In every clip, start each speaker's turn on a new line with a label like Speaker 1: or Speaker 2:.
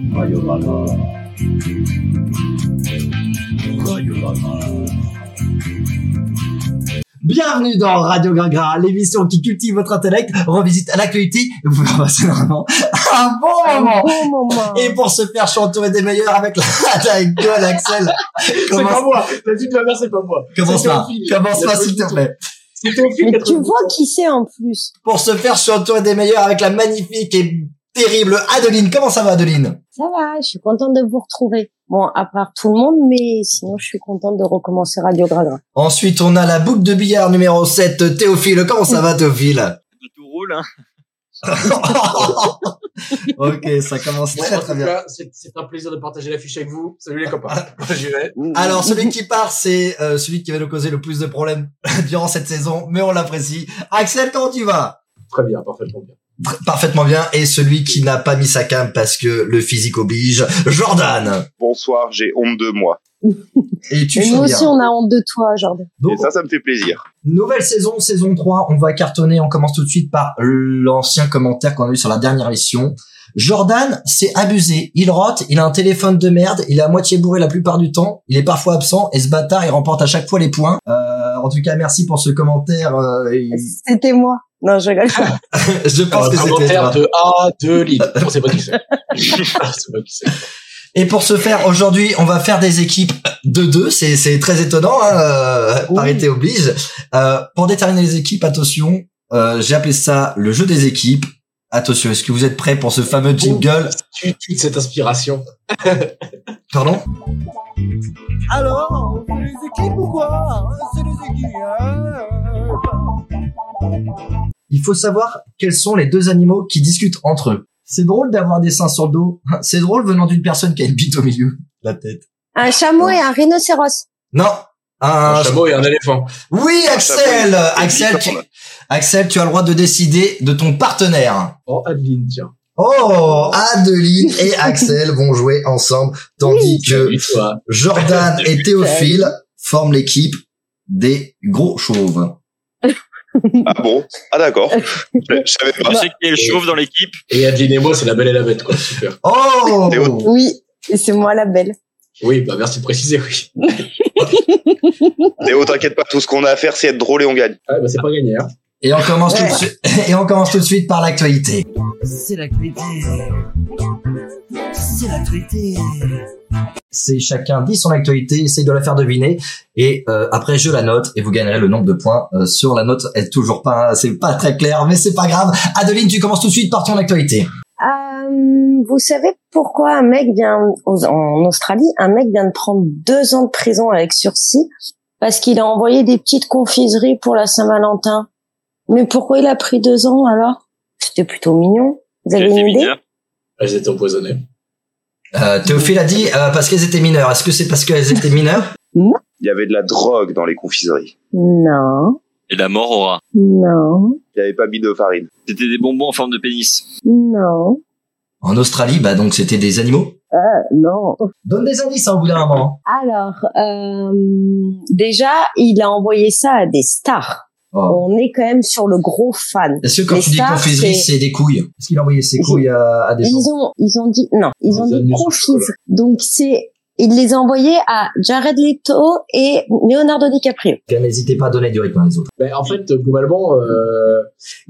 Speaker 1: Bayolana. Bayolana.
Speaker 2: Bienvenue dans Radio Gaga, l'émission qui cultive votre intellect, revisite l'actualité, et vous faire passer vraiment un bon moment.
Speaker 3: bon moment.
Speaker 2: Et pour ce faire, je suis entouré des meilleurs avec la, la gueule, Axel.
Speaker 4: C'est pas
Speaker 2: Commence,
Speaker 4: moi. La vie de ma mère, c'est pas moi.
Speaker 2: commence
Speaker 4: c'est
Speaker 2: pas,
Speaker 4: Théophile.
Speaker 2: commence
Speaker 4: Il a
Speaker 2: pas
Speaker 4: pas
Speaker 2: s'il
Speaker 4: du
Speaker 2: te
Speaker 4: tout.
Speaker 2: plaît.
Speaker 4: C'est Théophile
Speaker 3: Mais tu
Speaker 4: 92.
Speaker 3: vois qui c'est en plus.
Speaker 2: Pour ce faire, je suis entouré des meilleurs avec la magnifique et terrible Adeline. Comment ça va, Adeline?
Speaker 3: Ça va, je suis contente de vous retrouver. Bon, à part tout le monde, mais sinon je suis contente de recommencer Radio Gragra.
Speaker 2: Ensuite, on a la boucle de billard numéro 7, Théophile. Comment ça va, Théophile?
Speaker 5: tout roule. Hein.
Speaker 2: ok, ça commence
Speaker 4: Bon,
Speaker 2: très
Speaker 4: en
Speaker 2: très
Speaker 4: tout
Speaker 2: bien.
Speaker 4: cas, C'est c'est un plaisir de partager l'affiche avec vous. Salut les copains. Moi, J'y vais.
Speaker 2: Alors, celui qui part, c'est euh, celui qui va nous causer le plus de problèmes durant cette saison, mais on l'apprécie. Axel, comment tu vas
Speaker 4: Très bien, parfaitement bien.
Speaker 2: Tr- Parfaitement bien. Et celui qui n'a pas mis sa cam parce que le physique oblige, Jordan.
Speaker 6: bonsoir, j'ai honte de moi.
Speaker 2: Et tu
Speaker 3: Et nous
Speaker 2: sens bien.
Speaker 3: aussi, on a honte de toi, Jordan.
Speaker 6: Et
Speaker 2: Donc,
Speaker 6: ça, ça me fait plaisir.
Speaker 2: nouvelle saison, saison 3, on va cartonner. On commence tout de suite par l'ancien commentaire qu'on a eu sur la dernière mission. Jordan, c'est abusé. Il rote, il a un téléphone de merde, il est à moitié bourré la plupart du temps, il est parfois absent et ce bâtard, il remporte à chaque fois les points. Euh, en tout cas, merci pour ce commentaire. euh, et-
Speaker 3: C'était moi. Non, je rigole.
Speaker 2: Je pense
Speaker 4: Un
Speaker 2: que c'était
Speaker 4: commentaire
Speaker 2: toi.
Speaker 4: de A, de Lille. On sait pas qui c'est. Ah, On sait pas qui c'est.
Speaker 2: Et pour ce faire, aujourd'hui, on va faire des équipes de deux. C'est, c'est très étonnant, hein, euh,
Speaker 3: Oui.
Speaker 2: parité oblige. Euh, pour déterminer les équipes, attention, euh, j'ai appelé ça le jeu des équipes. Attention, est-ce que vous êtes prêts pour ce fameux jingle
Speaker 4: Tu tu- cette inspiration.
Speaker 2: Pardon
Speaker 7: Alors, c'est les équipes ou quoi C'est les équipes. hein
Speaker 2: Il faut savoir quels sont les deux animaux qui discutent entre eux. C'est drôle d'avoir des seins sur le dos. C'est drôle venant d'une personne qui a une bite au milieu. La tête.
Speaker 3: Un chameau et un rhinocéros.
Speaker 2: Non. Un,
Speaker 4: Un chameau et un éléphant.
Speaker 2: Oui, Axel.
Speaker 6: chapeau.
Speaker 2: Axel, tu...
Speaker 6: Licorne.
Speaker 2: Axel, tu as le droit de décider de ton partenaire.
Speaker 4: Oh, Adeline, tiens.
Speaker 2: Oh, Adeline et Axel vont jouer ensemble, tandis que
Speaker 4: Salut, Euh, toi.
Speaker 2: Jordan et Théophile forment l'équipe des gros chauves.
Speaker 6: Ah bon Ah d'accord. Je je savais pas.
Speaker 5: Je sais qu'il est le chauve dans l'équipe.
Speaker 4: Et Adeline et moi, c'est la belle et la bête, quoi. Super.
Speaker 2: Oh
Speaker 6: Théo.
Speaker 3: Oui, et c'est moi la belle.
Speaker 4: Oui, bah, merci de préciser, oui.
Speaker 6: Théo, t'inquiète pas, tout ce qu'on a à faire, c'est être drôle et on gagne.
Speaker 4: Ah, bah, c'est pas gagné, hein.
Speaker 2: Et on commence tout de suite. Et on commence tout de suite par l'actualité.
Speaker 7: C'est l'actualité. C'est l'actualité.
Speaker 2: C'est chacun dit son actualité, essaye de la faire deviner, et euh, après je la note et vous gagnerez le nombre de points euh, sur la note. Elle est toujours pas, c'est pas très clair, mais c'est pas grave. Adeline, tu commences tout de suite par ton actualité.
Speaker 3: Euh, vous savez pourquoi un mec vient aux- en Australie, un mec vient de prendre deux ans de prison avec sursis parce qu'il a envoyé des petites confiseries pour la Saint-Valentin. Mais pourquoi il a pris deux ans alors C'était plutôt mignon. Vous avez
Speaker 5: C'est
Speaker 3: une idée
Speaker 5: mineur.
Speaker 4: Elles étaient empoisonnées.
Speaker 2: Euh, Théophile a dit euh, parce qu'elles étaient mineures. Est-ce que c'est parce qu'elles étaient mineures
Speaker 6: Il y avait de la drogue dans les confiseries.
Speaker 3: Non,
Speaker 5: Et la mort aura.
Speaker 3: non,
Speaker 6: Il n'y avait pas mis de farine.
Speaker 5: C'était des bonbons en forme de pénis.
Speaker 3: non,
Speaker 2: En Australie, bah donc c'était des animaux.
Speaker 3: euh, non.
Speaker 2: Donne des indices hein, au bout d'un moment.
Speaker 3: Alors, euh, déjà, il a envoyé ça à des stars.
Speaker 2: Oh.
Speaker 3: On est quand même sur le gros fan.
Speaker 2: Est-ce que quand
Speaker 3: Les
Speaker 2: tu dis
Speaker 3: stars,
Speaker 2: confiserie,
Speaker 3: c'est-
Speaker 2: c'est des couilles Est-ce qu'il a envoyé ses
Speaker 3: Ils-
Speaker 2: couilles à, à des gens
Speaker 3: Ils ont, ils ont dit, non, ils ont
Speaker 4: Ils ont
Speaker 3: dit
Speaker 4: mis
Speaker 3: confiserie. Donc c'est, il les a envoyés à Jared Leto et Leonardo DiCaprio.
Speaker 2: Ok, N'hésitez pas à donner du rythme à les autres.
Speaker 4: Ben, en fait, globalement, euh,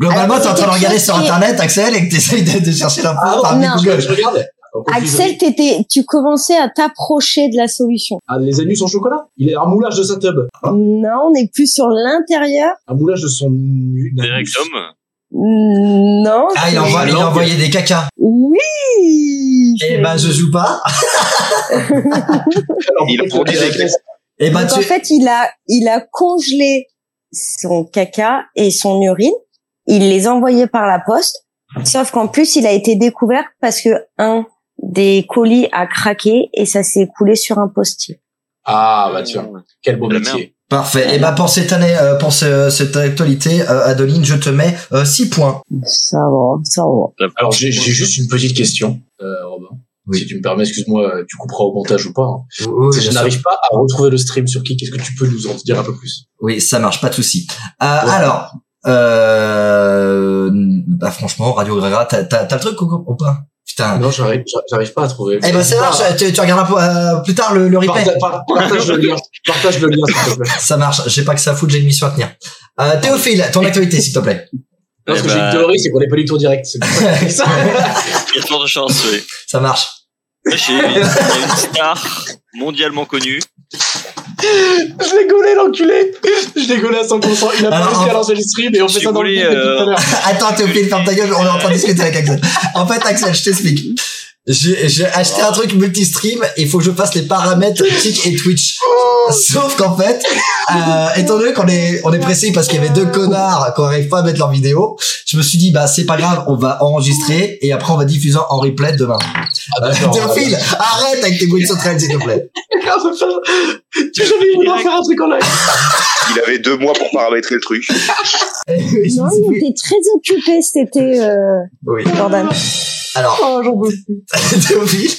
Speaker 2: Globalement,
Speaker 3: Alors,
Speaker 2: t'es en train de
Speaker 3: quelque
Speaker 2: regarder
Speaker 3: chose
Speaker 2: sur
Speaker 3: qui est-
Speaker 2: Internet, Axel, et que t'essayes de, de chercher l'info
Speaker 4: Ah,
Speaker 2: parmi
Speaker 3: non.
Speaker 2: Google.
Speaker 4: je regarde. En confiserie.
Speaker 3: Axel, t'étais, tu commençais à t'approcher de la solution.
Speaker 4: Ah, les anus en chocolat. Il a un moulage de sa tub.
Speaker 2: Ah.
Speaker 3: Non, on est plus sur l'intérieur.
Speaker 4: Un moulage de son nu.
Speaker 5: Des
Speaker 4: anus.
Speaker 5: rectums.
Speaker 3: Non.
Speaker 2: Ah, il
Speaker 3: c'est-
Speaker 2: envoie, il
Speaker 4: langue.
Speaker 2: a envoyé des cacas.
Speaker 3: Oui.
Speaker 2: Eh ben, je joue pas.
Speaker 4: Alors,
Speaker 6: Il a produit des graisses.
Speaker 2: Eh ben,
Speaker 3: Donc, en
Speaker 2: tu...
Speaker 3: fait, il a, il a congelé son caca et son urine. Il les envoyait par la poste. Sauf qu'en plus, il a été découvert parce que un des colis a craqué et ça s'est écoulé sur un postier.
Speaker 4: Ah, bah, tiens. Quel beau
Speaker 5: La
Speaker 4: métier.
Speaker 2: Parfait. Eh ben, pour cette année, euh, pour ce- cette actualité, euh, Adeline, je te mets 6 points.
Speaker 3: Ça va, ça va.
Speaker 4: Alors, j'ai j'ai juste une petite question, euh, Robin.
Speaker 2: Oui.
Speaker 4: Si tu me permets, excuse-moi, euh, tu couperas au montage ou pas. hein.
Speaker 2: Oui,
Speaker 4: si je
Speaker 2: bien sûr.
Speaker 4: n'arrive pas à retrouver le stream sur Kik, est-ce que tu peux nous en dire un peu plus
Speaker 2: Oui, ça marche, pas de souci. Euh,
Speaker 4: Ouais.
Speaker 2: Alors, euh, bah franchement, Radio Gréra, t'as t'as- t'as le truc ou, ou pas Putain.
Speaker 4: Non, j'arrive, j'arrive pas à trouver.
Speaker 2: Eh ben, ça marche. Tu, tu regardes un peu euh, plus tard le, le replay.
Speaker 4: Parta- par- Partage le lien, partage le lien, s'il te plaît.
Speaker 2: Ça marche. J'ai pas que ça à foutre. J'ai une mission à tenir. Euh, Théophile, ton actualité, s'il te plaît.
Speaker 4: Non, Parce
Speaker 5: Eh
Speaker 4: que j'ai
Speaker 5: ben-
Speaker 4: une théorie, c'est qu'on n'est pas du tour direct. C'est pour ça que je dis ça.
Speaker 5: Il y a fort de chance, oui.
Speaker 2: Ça marche.
Speaker 5: J'ai une, il y a une star mondialement connue.
Speaker 4: Je l'ai gaulé, l'enculé. Je l'ai gaulé à 100%. Il a
Speaker 2: Alors,
Speaker 4: pas
Speaker 2: en-
Speaker 4: réussi à lancer le stream et on fait
Speaker 5: Si
Speaker 4: ça
Speaker 5: vous
Speaker 4: dans le
Speaker 5: voulez,
Speaker 4: vide depuis tout à
Speaker 5: euh,
Speaker 4: l'heure.
Speaker 2: Attends, Théophile, ferme ta gueule. On est en train de discuter avec Axel. En fait, Axel, je t'explique. J'ai j'ai acheté un truc multistream. Il faut que je fasse les paramètres Kick et Twitch. Sauf qu'en fait, euh, étant donné qu'on est on est pressé parce qu'il y avait deux connards qu'on n'arrive pas à mettre leur vidéo, je me suis dit bah c'est pas grave, on va enregistrer et après on va diffuser en replay demain. Euh,
Speaker 4: d'accord,
Speaker 2: Théophile, arrête avec tes bruits de sauterelle s'il te plaît.
Speaker 4: Merde, putain. J'avais eu envie de faire un truc en live.
Speaker 6: Il avait deux mois pour paramétrer le truc.
Speaker 2: Et oui, je
Speaker 3: Non,
Speaker 2: me suis
Speaker 3: il
Speaker 2: fait-
Speaker 3: était très occupé cet été, euh,
Speaker 2: Oui.
Speaker 3: Jordan.
Speaker 2: Alors
Speaker 4: Oh, j'en peux plus.
Speaker 2: Théophile,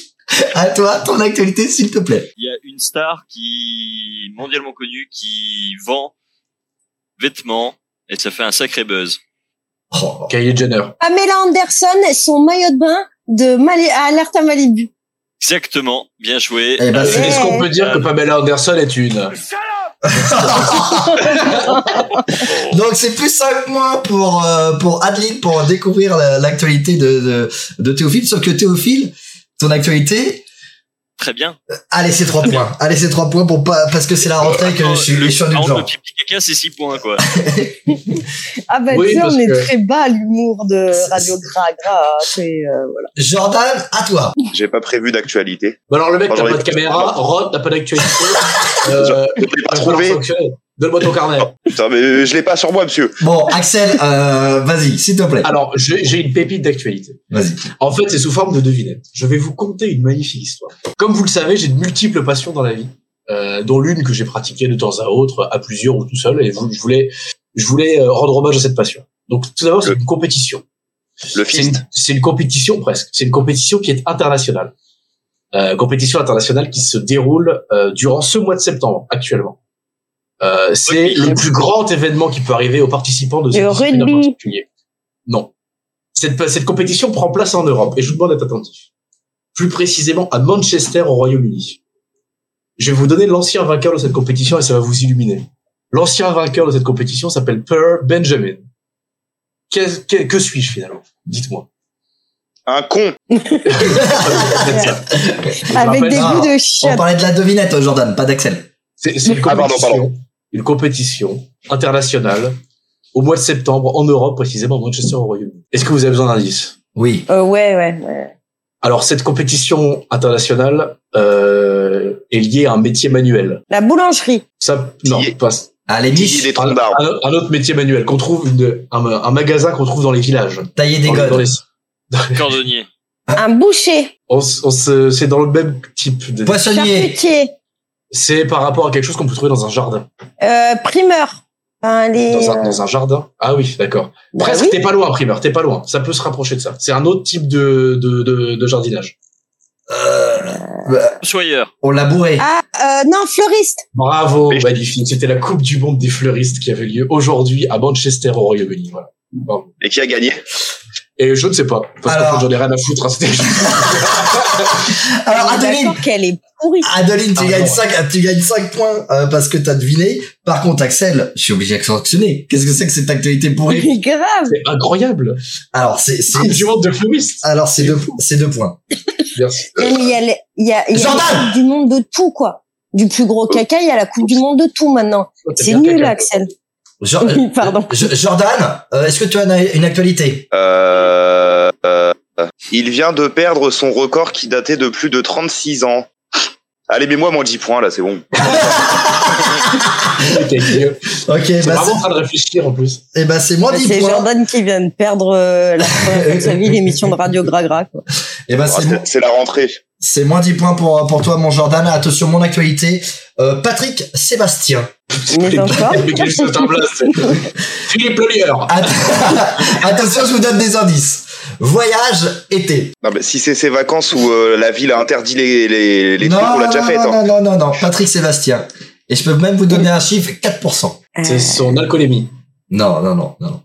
Speaker 2: à toi ton actualité s'il te plaît.
Speaker 5: Il y a une star qui mondialement connue qui vend vêtements et ça fait un sacré buzz.
Speaker 2: Oh,
Speaker 4: Kylie Jenner.
Speaker 3: Pamela Anderson, son maillot de bain de Mali à Alerte à Malibu.
Speaker 5: Exactement, bien joué.
Speaker 2: Eh ben,
Speaker 5: Euh,
Speaker 2: c'est-
Speaker 4: Est-ce Ah, qu'on peut dire que Pamela Anderson est une
Speaker 2: Donc c'est plus 5 mois pour euh, pour Adeline pour découvrir la- l'actualité de, de de Théophile sauf que Théophile ton actualité
Speaker 5: Très bien. Euh,
Speaker 2: allez c'est 3 points. Allez c'est 3 points pour pas parce que c'est la rentrée que je suis je
Speaker 5: le
Speaker 2: suis sûr du
Speaker 5: par contre,
Speaker 2: genre.
Speaker 5: le pipi caca, c'est 6 points, quoi.
Speaker 3: Ah bah
Speaker 4: Oui,
Speaker 3: tu sais,
Speaker 4: parce
Speaker 3: on est
Speaker 4: que-
Speaker 3: très bas à l'humour de Radio Gras Gras. C'est euh, voilà.
Speaker 2: Jordan, à toi.
Speaker 6: J'ai pas prévu d'actualité.
Speaker 4: Bah alors le mec,
Speaker 6: Moi,
Speaker 4: t'as
Speaker 6: j'en ai
Speaker 4: pas de
Speaker 6: plus.
Speaker 4: caméra, Rod, t'as pas d'actualité. euh,
Speaker 6: Je l'ai pas
Speaker 4: va falloir
Speaker 6: trouvé.
Speaker 4: fonctionner. Donne-moi ton carnet.
Speaker 6: Putain, mais euh, je l'ai pas sur moi, monsieur.
Speaker 2: Bon, Axel, euh, vas-y, s'il te plaît.
Speaker 4: Alors, j'ai j'ai une pépite d'actualité.
Speaker 2: Vas-y.
Speaker 4: En fait, c'est sous forme de devinette. Je vais vous conter une magnifique histoire. Comme vous le savez, j'ai de multiples passions dans la vie, euh, dont l'une que j'ai pratiquée de temps à autre, à plusieurs ou tout seul, et vous- je voulais, je voulais euh, rendre hommage à cette passion. Donc, tout d'abord, c'est
Speaker 6: Le-
Speaker 4: une compétition.
Speaker 6: Le
Speaker 4: C'est une,
Speaker 6: fist.
Speaker 4: c'est une compétition presque. C'est une compétition qui est internationale. Euh, compétition internationale qui se déroule euh, durant ce mois de septembre actuellement. Euh, c'est
Speaker 5: Rugby.
Speaker 4: le plus grand événement qui peut arriver aux participants de cette
Speaker 3: Le
Speaker 4: discipline en
Speaker 3: rugby.
Speaker 4: particulier. Non. Cette, cette compétition prend place en Europe et je vous demande d'être attentif. Plus précisément à Manchester au Royaume-Uni. Je vais vous donner l'ancien vainqueur de cette compétition et ça va vous illuminer. L'ancien vainqueur de cette compétition s'appelle Per Benjamin. Qu'est- que- que suis-je finalement Dites-moi.
Speaker 6: Un con.
Speaker 3: Avec des
Speaker 2: non,
Speaker 3: goûts de
Speaker 2: On
Speaker 3: chiottes.
Speaker 2: parlait de la devinette, euh, Jordan, pas d'Axel.
Speaker 4: C'est c'est une
Speaker 6: Ah, pardon,
Speaker 4: compétition, une compétition internationale au mois de septembre en Europe, précisément à Manchester au Royaume-Uni. Est-ce que vous avez besoin d'indices
Speaker 2: Oui.
Speaker 3: Euh, ouais, ouais, ouais.
Speaker 4: Alors cette compétition internationale euh, est liée à un métier manuel.
Speaker 3: La boulangerie.
Speaker 4: Ça, non,
Speaker 6: Lié-
Speaker 4: pas
Speaker 2: Allez,
Speaker 6: Piller
Speaker 2: Mich,
Speaker 6: des troncs d'arbres.
Speaker 4: un, o- un autre métier manuel qu'on trouve une- un, un magasin qu'on trouve dans les villages.
Speaker 2: tailler des
Speaker 4: Dans les- dans
Speaker 2: godes.
Speaker 4: les-
Speaker 5: Cordonnier.
Speaker 3: Un boucher.
Speaker 4: on s- on se- c'est dans le même type. de-
Speaker 2: Poissonnier.
Speaker 3: Charcutier.
Speaker 4: C'est par rapport à quelque chose qu'on peut trouver dans un jardin.
Speaker 3: Euh, primeur. Enfin, les,
Speaker 4: Dans un,
Speaker 3: euh,
Speaker 4: dans un jardin. Ah oui, d'accord.
Speaker 3: bah
Speaker 4: Presque,
Speaker 3: oui.
Speaker 4: t'es pas loin, primeur, t'es pas loin. Ça peut se rapprocher de ça. C'est un autre type de, de, de, de jardinage.
Speaker 5: Soyeur.
Speaker 2: Euh, On l'a bourré.
Speaker 3: Ah, euh, non, fleuriste.
Speaker 4: Bravo,
Speaker 6: Mais-
Speaker 4: magnifique. C'était la Coupe du Monde des fleuristes qui avait lieu aujourd'hui à Manchester, au Royaume-Uni. Voilà. Bravo.
Speaker 6: Et qui a gagné
Speaker 4: Et je ne sais pas, parce
Speaker 2: Alors-
Speaker 4: qu'en fait, j'en ai rien à foutre. hein, c'était juste-
Speaker 2: Alors,
Speaker 3: On est
Speaker 2: Adeline,
Speaker 3: d'accord qu'elle est pourrie.
Speaker 2: Adeline, tu
Speaker 4: Ah,
Speaker 2: gagnes
Speaker 4: non.
Speaker 2: 5, tu gagnes 5 points, euh, parce que t'as deviné. Par contre, Axel, je suis obligé de sanctionner. Qu'est-ce que c'est que cette actualité pourrie?
Speaker 3: Mais grave.
Speaker 4: C'est incroyable.
Speaker 2: Alors, c'est, c'est,
Speaker 4: Coupe du Monde de fleuristes.
Speaker 2: alors, c'est deux, c'est deux points.
Speaker 4: Merci.
Speaker 3: Mais Il y a, les- il y a, il y a
Speaker 2: Jordan
Speaker 3: la Coupe du monde de tout, quoi. Du plus gros caca, il y a la Coupe du monde de tout maintenant.
Speaker 4: Toi, t'as
Speaker 3: C'est
Speaker 4: bien
Speaker 3: nul,
Speaker 4: quelqu'un.
Speaker 3: Axel.
Speaker 2: Jo-
Speaker 3: Oui, Pardon.
Speaker 2: euh, Jo- Jordan, euh, est-ce que tu as une, une actualité?
Speaker 6: euh, euh, Il vient de perdre son record qui datait de plus de 36 ans. Allez, mets-moi mon 10 points, là, c'est bon.
Speaker 4: Ok, mieux.
Speaker 3: Eh
Speaker 2: Ok,
Speaker 3: ben,
Speaker 4: C'est
Speaker 2: bah,
Speaker 4: vraiment en train de réfléchir en plus.
Speaker 2: c'est, eh ben, c'est moins
Speaker 3: Bah,
Speaker 2: 10
Speaker 3: C'est
Speaker 2: points.
Speaker 3: Jordan qui vient de perdre euh, la première fois de sa vie l'émission de Radio Gras Gras. quoi.
Speaker 2: Eh ben,
Speaker 6: Ah,
Speaker 2: c'est, moins-
Speaker 6: c'est- C'est la rentrée.
Speaker 2: c'est moins 10 points pour, pour toi, mon Jordan. Attention, mon actualité. Euh, Patrick Sébastien.
Speaker 3: Mais encore.
Speaker 4: Mais quel juste un blast. Philippe Lelieur.
Speaker 2: Att- Attention, je vous donne des indices. Voyage été.
Speaker 6: Non, mais si c'est ses vacances où euh, la ville a interdit les, les, les
Speaker 2: non,
Speaker 6: trucs, on l'a
Speaker 2: non,
Speaker 6: déjà
Speaker 2: non,
Speaker 6: fait.
Speaker 2: non,
Speaker 6: hein.
Speaker 2: non, non, non, Patrick Sébastien. Et je peux même vous donner un chiffre 4%.
Speaker 3: Euh,
Speaker 4: C'est son alcoolémie.
Speaker 2: Non, non, non, non. non. En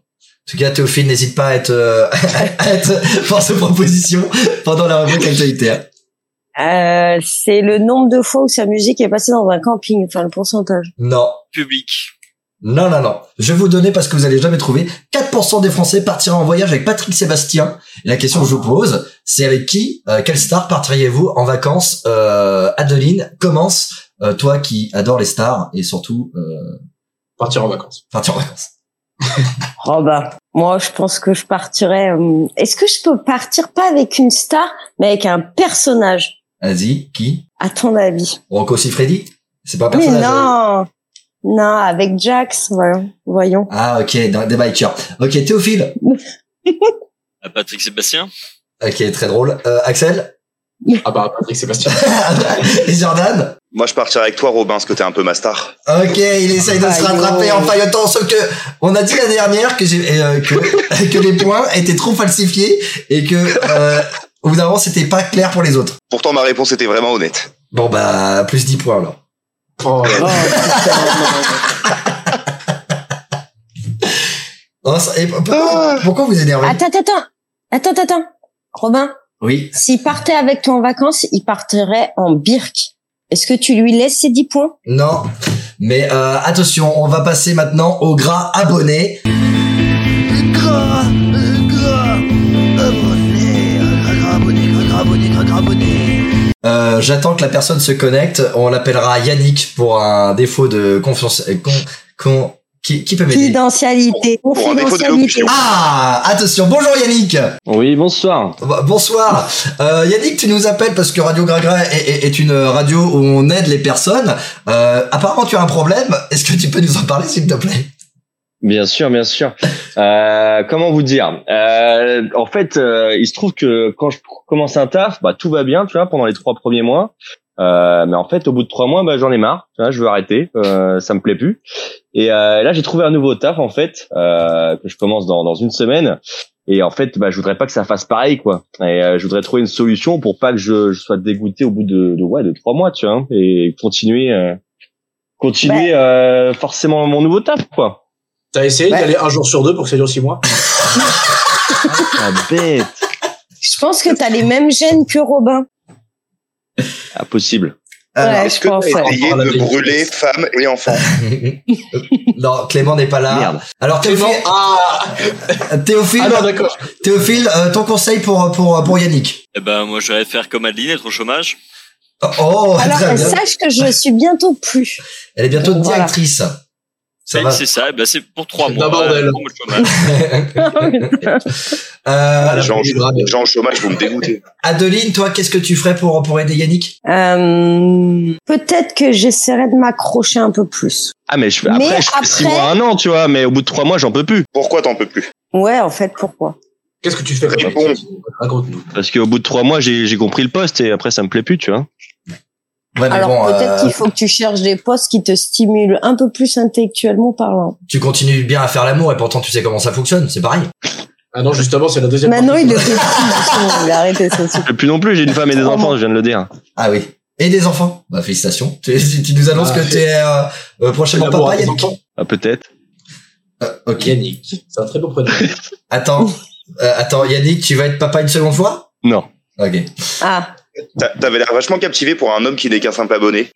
Speaker 2: tout cas, Théophile, n'hésite pas à être, euh, à être force de proposition pendant la rubrique hein. actualitaire.
Speaker 3: Euh, c'est le nombre de fois où sa musique est passée dans un camping, enfin le pourcentage.
Speaker 2: Non,
Speaker 5: Public.
Speaker 2: non, non, non. Je vais vous donner, parce que vous allez jamais trouver, 4% des Français partiraient en voyage avec Patrick Sébastien. Et la question que je vous pose, c'est avec qui, euh, quelle star partiriez-vous en vacances euh, Adeline, commence, euh, toi qui adore les stars et surtout euh,
Speaker 4: Partir en vacances.
Speaker 2: partir en vacances.
Speaker 3: Oh bah, moi je pense que je partirais. euh, Est-ce que je peux partir pas avec une star, mais avec un personnage,
Speaker 2: Vas-y, qui
Speaker 3: à ton avis
Speaker 2: Rocco Siffredi C'est pas un
Speaker 3: Mais
Speaker 2: personnage euh,
Speaker 3: non, non, avec Jax, voyons, voyons.
Speaker 2: Ah ok, dans- des bikers. Ok, Théophile.
Speaker 5: À Ah, Patrick Sébastien.
Speaker 2: Ok, très drôle. Euh, Axel
Speaker 4: Ah bah, Patrick Sébastien.
Speaker 2: et Jordan.
Speaker 6: Moi, je partirais avec toi, Robin, parce que t'es un peu ma star.
Speaker 2: Ok, il essaye de se
Speaker 3: Aïe,
Speaker 2: rattraper
Speaker 3: oh.
Speaker 2: en faillotant, sauf que on a dit la dernière que, j'ai- euh, que, que les points étaient trop falsifiés et que euh, au bout d'un moment c'était pas clair pour les autres.
Speaker 6: Pourtant, ma réponse était vraiment honnête.
Speaker 2: Bon bah plus 10 points alors.
Speaker 4: Oh, là là.
Speaker 2: Hein, ça- et pourquoi, pourquoi vous énervez
Speaker 3: Ah. Attends, attends, attends, attends, attends. Robin,
Speaker 2: Oui.
Speaker 3: s'il partait avec toi en vacances, il partirait en birk. Est-ce que tu lui laisses ses 10 points
Speaker 2: Non. Mais euh, attention, on va passer maintenant au gras abonné.
Speaker 7: Gras, gras, abonné, gras, abonné, gras, abonné, gras, abonné.
Speaker 2: Euh, j'attends que la personne se connecte. On l'appellera Yannick pour un défaut de confiance. euh, Con, con- qui, qui peut m'aider
Speaker 3: Confidentialité.
Speaker 2: Oh,
Speaker 6: Pour un défaut de
Speaker 3: Confidentialité.
Speaker 6: locution.
Speaker 2: Ah, attention. Bonjour Yannick.
Speaker 8: Oui, bonsoir.
Speaker 2: Bo- Bonsoir. Euh, Yannick, tu nous appelles parce que Radio Gragra est, est- est une radio où on aide les personnes. Euh, apparemment, tu as un problème. Est-ce que tu peux nous en parler, s'il te plaît
Speaker 8: Bien sûr, bien sûr. Euh, comment vous dire Euh, En fait, euh, il se trouve que quand je commence un taf, bah, tout va bien, tu vois, pendant les trois premiers mois. Euh, mais en fait, au bout de trois mois, bah, j'en ai marre. Tu vois, je veux arrêter. Euh, ça me plaît plus. Et euh, là, j'ai trouvé un nouveau taf en fait euh, que je commence dans, dans une semaine. Et en fait, bah, je voudrais pas que ça fasse pareil, quoi. Et euh, je voudrais trouver une solution pour pas que je, je sois dégoûté au bout de, de ouais de trois mois, tu vois, hein, et continuer euh, continuer euh, forcément mon nouveau taf, quoi.
Speaker 4: T'as essayé d'y aller un jour sur deux pour que ça dure six mois
Speaker 8: Ah, bête.
Speaker 3: Je pense que t'as les mêmes gènes que Robin.
Speaker 8: Ah, Impossible.
Speaker 2: Alors,
Speaker 3: Ouais,
Speaker 6: Est-ce
Speaker 3: je
Speaker 6: que
Speaker 3: pense.
Speaker 6: t'as
Speaker 3: ouais.
Speaker 6: essayé
Speaker 4: Encore la
Speaker 6: de
Speaker 4: vérité.
Speaker 6: brûler femmes et enfants
Speaker 2: Non, Clément n'est pas là.
Speaker 8: Merde.
Speaker 2: Alors, Théophile,
Speaker 4: Clément, ah,
Speaker 2: Théophile,
Speaker 4: ah non, d'accord.
Speaker 2: Théophile, euh, ton conseil pour, pour, pour Yannick
Speaker 5: Eh ben, moi, je vais faire comme Adeline, être au chômage.
Speaker 2: Oh,
Speaker 3: Alors,
Speaker 2: très bien.
Speaker 3: sache que je suis bientôt plus.
Speaker 2: Elle est bientôt
Speaker 3: Voilà.
Speaker 2: directrice. Ça
Speaker 5: Ben,
Speaker 2: va.
Speaker 5: C'est ça. Eh ben, c'est pour trois
Speaker 4: C'est
Speaker 5: mois.
Speaker 4: un bordel.
Speaker 5: euh, pour le chômage.
Speaker 2: Euh,
Speaker 4: Voilà.
Speaker 6: Jean
Speaker 4: oui, grave.
Speaker 6: Jean au chômage, vous me dégoûtez.
Speaker 2: Adeline, toi, qu'est-ce que tu ferais pour, pour aider Yannick
Speaker 3: Euh, Peut-être que j'essaierai de m'accrocher un peu plus.
Speaker 8: Ah, mais je fais,
Speaker 3: Mais
Speaker 8: après, je fais
Speaker 3: après-
Speaker 8: six mois, un an, tu vois, mais au bout de trois mois, j'en peux plus.
Speaker 6: Pourquoi t'en peux plus
Speaker 3: Ouais, en fait, pourquoi
Speaker 4: Qu'est-ce que tu fais Patrick
Speaker 6: Réponds.
Speaker 4: Raconte-nous.
Speaker 8: Parce qu'au bout de trois mois, j'ai j'ai compris le poste et après, ça me plaît plus, tu vois.
Speaker 2: Ouais, mais
Speaker 3: Alors
Speaker 2: bon,
Speaker 3: peut-être
Speaker 2: euh,
Speaker 3: qu'il faut que tu cherches des postes qui te stimulent un peu plus intellectuellement parlant.
Speaker 2: tu continues bien à faire l'amour et pourtant tu sais comment ça fonctionne, c'est pareil.
Speaker 4: Ah non, justement, c'est la deuxième
Speaker 2: Bah
Speaker 3: Maintenant,
Speaker 4: partie.
Speaker 3: il le fait plus. du tout. Il a arrêté ça aussi.
Speaker 8: Je peux plus non plus, j'ai une femme et des
Speaker 3: Trois
Speaker 8: enfants,
Speaker 3: mois.
Speaker 8: je viens de le dire.
Speaker 2: Ah oui. Et des enfants. Bah félicitations. Tu, tu- tu nous annonces
Speaker 4: Ah,
Speaker 2: que tu es prochainement
Speaker 4: L'amour
Speaker 2: papa
Speaker 4: à des
Speaker 2: Yannick.
Speaker 4: enfants.
Speaker 8: Ah, peut-être.
Speaker 2: Euh, ok.
Speaker 4: Yannick, c'est un très beau prénom.
Speaker 2: Attends, Euh, attends Yannick, tu vas être papa une seconde fois
Speaker 8: Non.
Speaker 2: Ok.
Speaker 3: Ah,
Speaker 6: T'a- T'avais l'air vachement captivé pour un homme qui n'est qu'un simple abonné.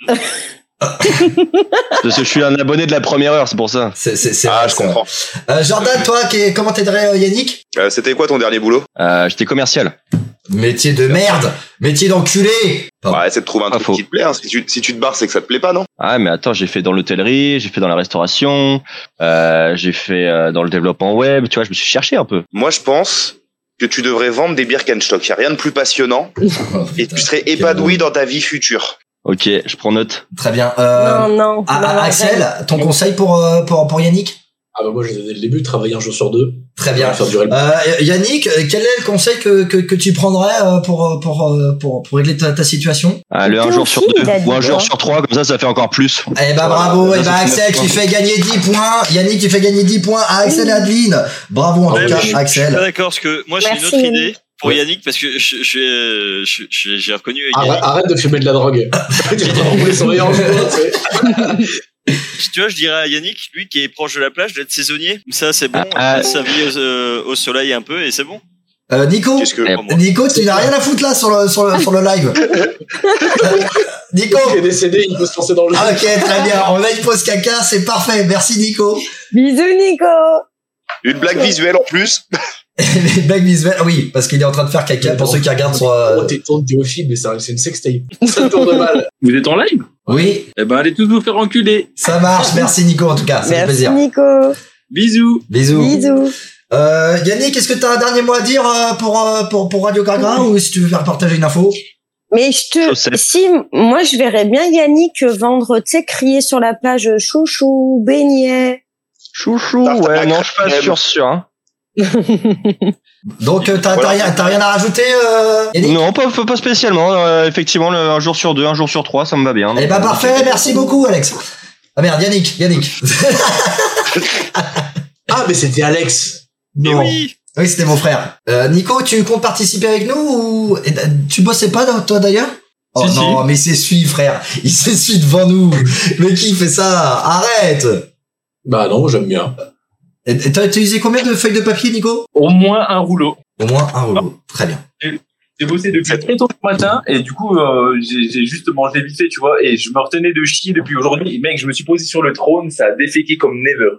Speaker 8: Parce que je suis un abonné de la première heure, c'est pour ça.
Speaker 2: C'est, c'est, c'est
Speaker 6: Ah,
Speaker 2: vrai,
Speaker 6: je
Speaker 2: c'est vrai.
Speaker 6: comprends.
Speaker 2: Euh, Jordan, toi, qui- comment t'aiderais euh, Yannick
Speaker 6: Euh, C'était quoi ton dernier boulot
Speaker 8: Euh, J'étais commercial.
Speaker 2: Métier de merde, métier d'enculé. Pardon.
Speaker 6: Bah, c'est de trouver un
Speaker 8: Pas
Speaker 6: truc
Speaker 8: faux.
Speaker 6: qui te plaît. hein. Si, tu, si tu te barres, c'est que ça te plaît pas, non
Speaker 8: Ah, mais attends, j'ai fait dans l'hôtellerie, j'ai fait dans la restauration, euh, j'ai fait euh, dans le développement web, tu vois, je me suis cherché un peu.
Speaker 6: Moi, je pense que tu devrais vendre des Birkenstock. Y a rien de plus passionnant
Speaker 2: Oh,
Speaker 6: et
Speaker 2: putain.
Speaker 6: tu serais épanoui dans ta vie future.
Speaker 8: Ok, je prends note.
Speaker 2: Très bien. Euh, Ah,
Speaker 3: non, non. non,
Speaker 2: ah,
Speaker 3: non, arrête.
Speaker 2: Axel, ton conseil pour, euh, pour, pour Yannick
Speaker 4: Ah bah moi, je les ai dès le début, travailler un jour sur deux.
Speaker 2: Très bien.
Speaker 4: Faire durer le-
Speaker 2: Euh, Yannick, euh, quel est le conseil que, que, que tu prendrais euh, pour, euh, pour, euh, pour, pour régler ta, ta situation
Speaker 8: Ah, le
Speaker 3: T'es
Speaker 8: un jour
Speaker 3: aussi,
Speaker 8: sur deux
Speaker 3: il a dit
Speaker 8: ou un jour
Speaker 3: quoi
Speaker 8: sur trois, comme ça, ça fait encore plus.
Speaker 2: Eh ben
Speaker 8: Voilà.
Speaker 2: bravo, eh ben
Speaker 8: Merci.
Speaker 2: Axel, tu fais gagner 10 points. Yannick, tu fais gagner 10 points à Axel et Adeline. Bravo en
Speaker 5: Ouais,
Speaker 2: tout
Speaker 5: mais
Speaker 2: cas,
Speaker 5: je, suis- je suis pas
Speaker 2: Axel.
Speaker 5: d'accord parce que moi j'ai une
Speaker 3: Merci,
Speaker 5: autre
Speaker 3: Yannick.
Speaker 5: idée pour
Speaker 2: Ouais.
Speaker 5: Yannick parce que je- je- je- je- j'ai reconnu Yannick.
Speaker 4: Arrête, arrête de fumer de la drogue. tu vas te rouler sur les hanches, tu sais.
Speaker 5: Si tu vois, je dirais à Yannick, lui qui est proche de la plage, d'être saisonnier. Ça, c'est bon.
Speaker 8: Ah,
Speaker 5: on passe sa vie au, euh, au soleil un peu et c'est bon.
Speaker 2: Euh, Nico,
Speaker 6: Qu'est-ce que
Speaker 8: Eh,
Speaker 5: Crois-moi.
Speaker 2: Nico, tu n'as rien à foutre là sur le, sur le, sur le live. Euh, Nico,
Speaker 4: Il est décédé, il peut se lancer dans le jeu.
Speaker 2: ok, très bien. On a une pause caca, c'est parfait. Merci Nico.
Speaker 3: Bisous, Nico.
Speaker 6: une blague visuelle en plus
Speaker 2: Les blagues visuelles, oui, parce qu'il est en train de faire caca pour ceux qui regardent sur. euh,
Speaker 4: Oh, t'es tant théophile, mais ça- c'est une sextape. Ça tourne mal.
Speaker 9: Vous êtes en live
Speaker 2: Oui,
Speaker 9: Eh ben, allez tous vous faire enculer.
Speaker 2: ça marche. Merci Nico en tout cas, c'est un
Speaker 3: Merci,
Speaker 2: plaisir.
Speaker 3: Nico.
Speaker 9: Bisous.
Speaker 2: Bisous.
Speaker 3: Bisous.
Speaker 2: Euh, Yannick, est-ce que t'as un dernier mot à dire euh, pour, euh, pour, pour Radio Gragra ou si tu veux faire partager une info
Speaker 3: Mais je
Speaker 8: Chaussette.
Speaker 3: te, si moi je verrais bien Yannick vendre, tu sais, crier sur la plage chouchou, beignet.
Speaker 8: Chouchou,
Speaker 6: Tarte à la
Speaker 8: ouais, non,
Speaker 6: crème.
Speaker 8: je suis pas sûr, sûr. Hein.
Speaker 2: Donc, euh, t'as t'as
Speaker 6: Voilà.
Speaker 2: rien, t'as rien à rajouter, euh, Yannick
Speaker 8: Non, pas, pas pas spécialement. euh, effectivement, le- un jour sur deux, un jour sur trois, ça me va bien.
Speaker 2: Eh ben parfait, merci beaucoup Alex. Ah merde, Yannick, Yannick.
Speaker 4: Ah, mais c'était Alex.
Speaker 5: Mais
Speaker 2: Non.
Speaker 5: oui
Speaker 2: Oui, c'était mon frère. Euh, Nico, tu comptes participer avec nous ou et, euh, tu bossais pas toi d'ailleurs Oh
Speaker 9: Si,
Speaker 2: non, mais c'est celui frère, il s'essuie devant nous. Mais qui fait ça Arrête.
Speaker 4: Bah non, j'aime bien.
Speaker 2: Et- et T'as utilisé combien de feuilles de papier, Nico
Speaker 9: Au moins un rouleau.
Speaker 2: Au moins un rouleau. Très bien.
Speaker 9: J'ai bossé depuis très tôt ce matin et du coup, euh, j'ai j'ai juste mangé vite fait, tu vois, et je me retenais de chier depuis aujourd'hui. Et Mec, je me suis posé sur le trône, ça a déféqué comme never.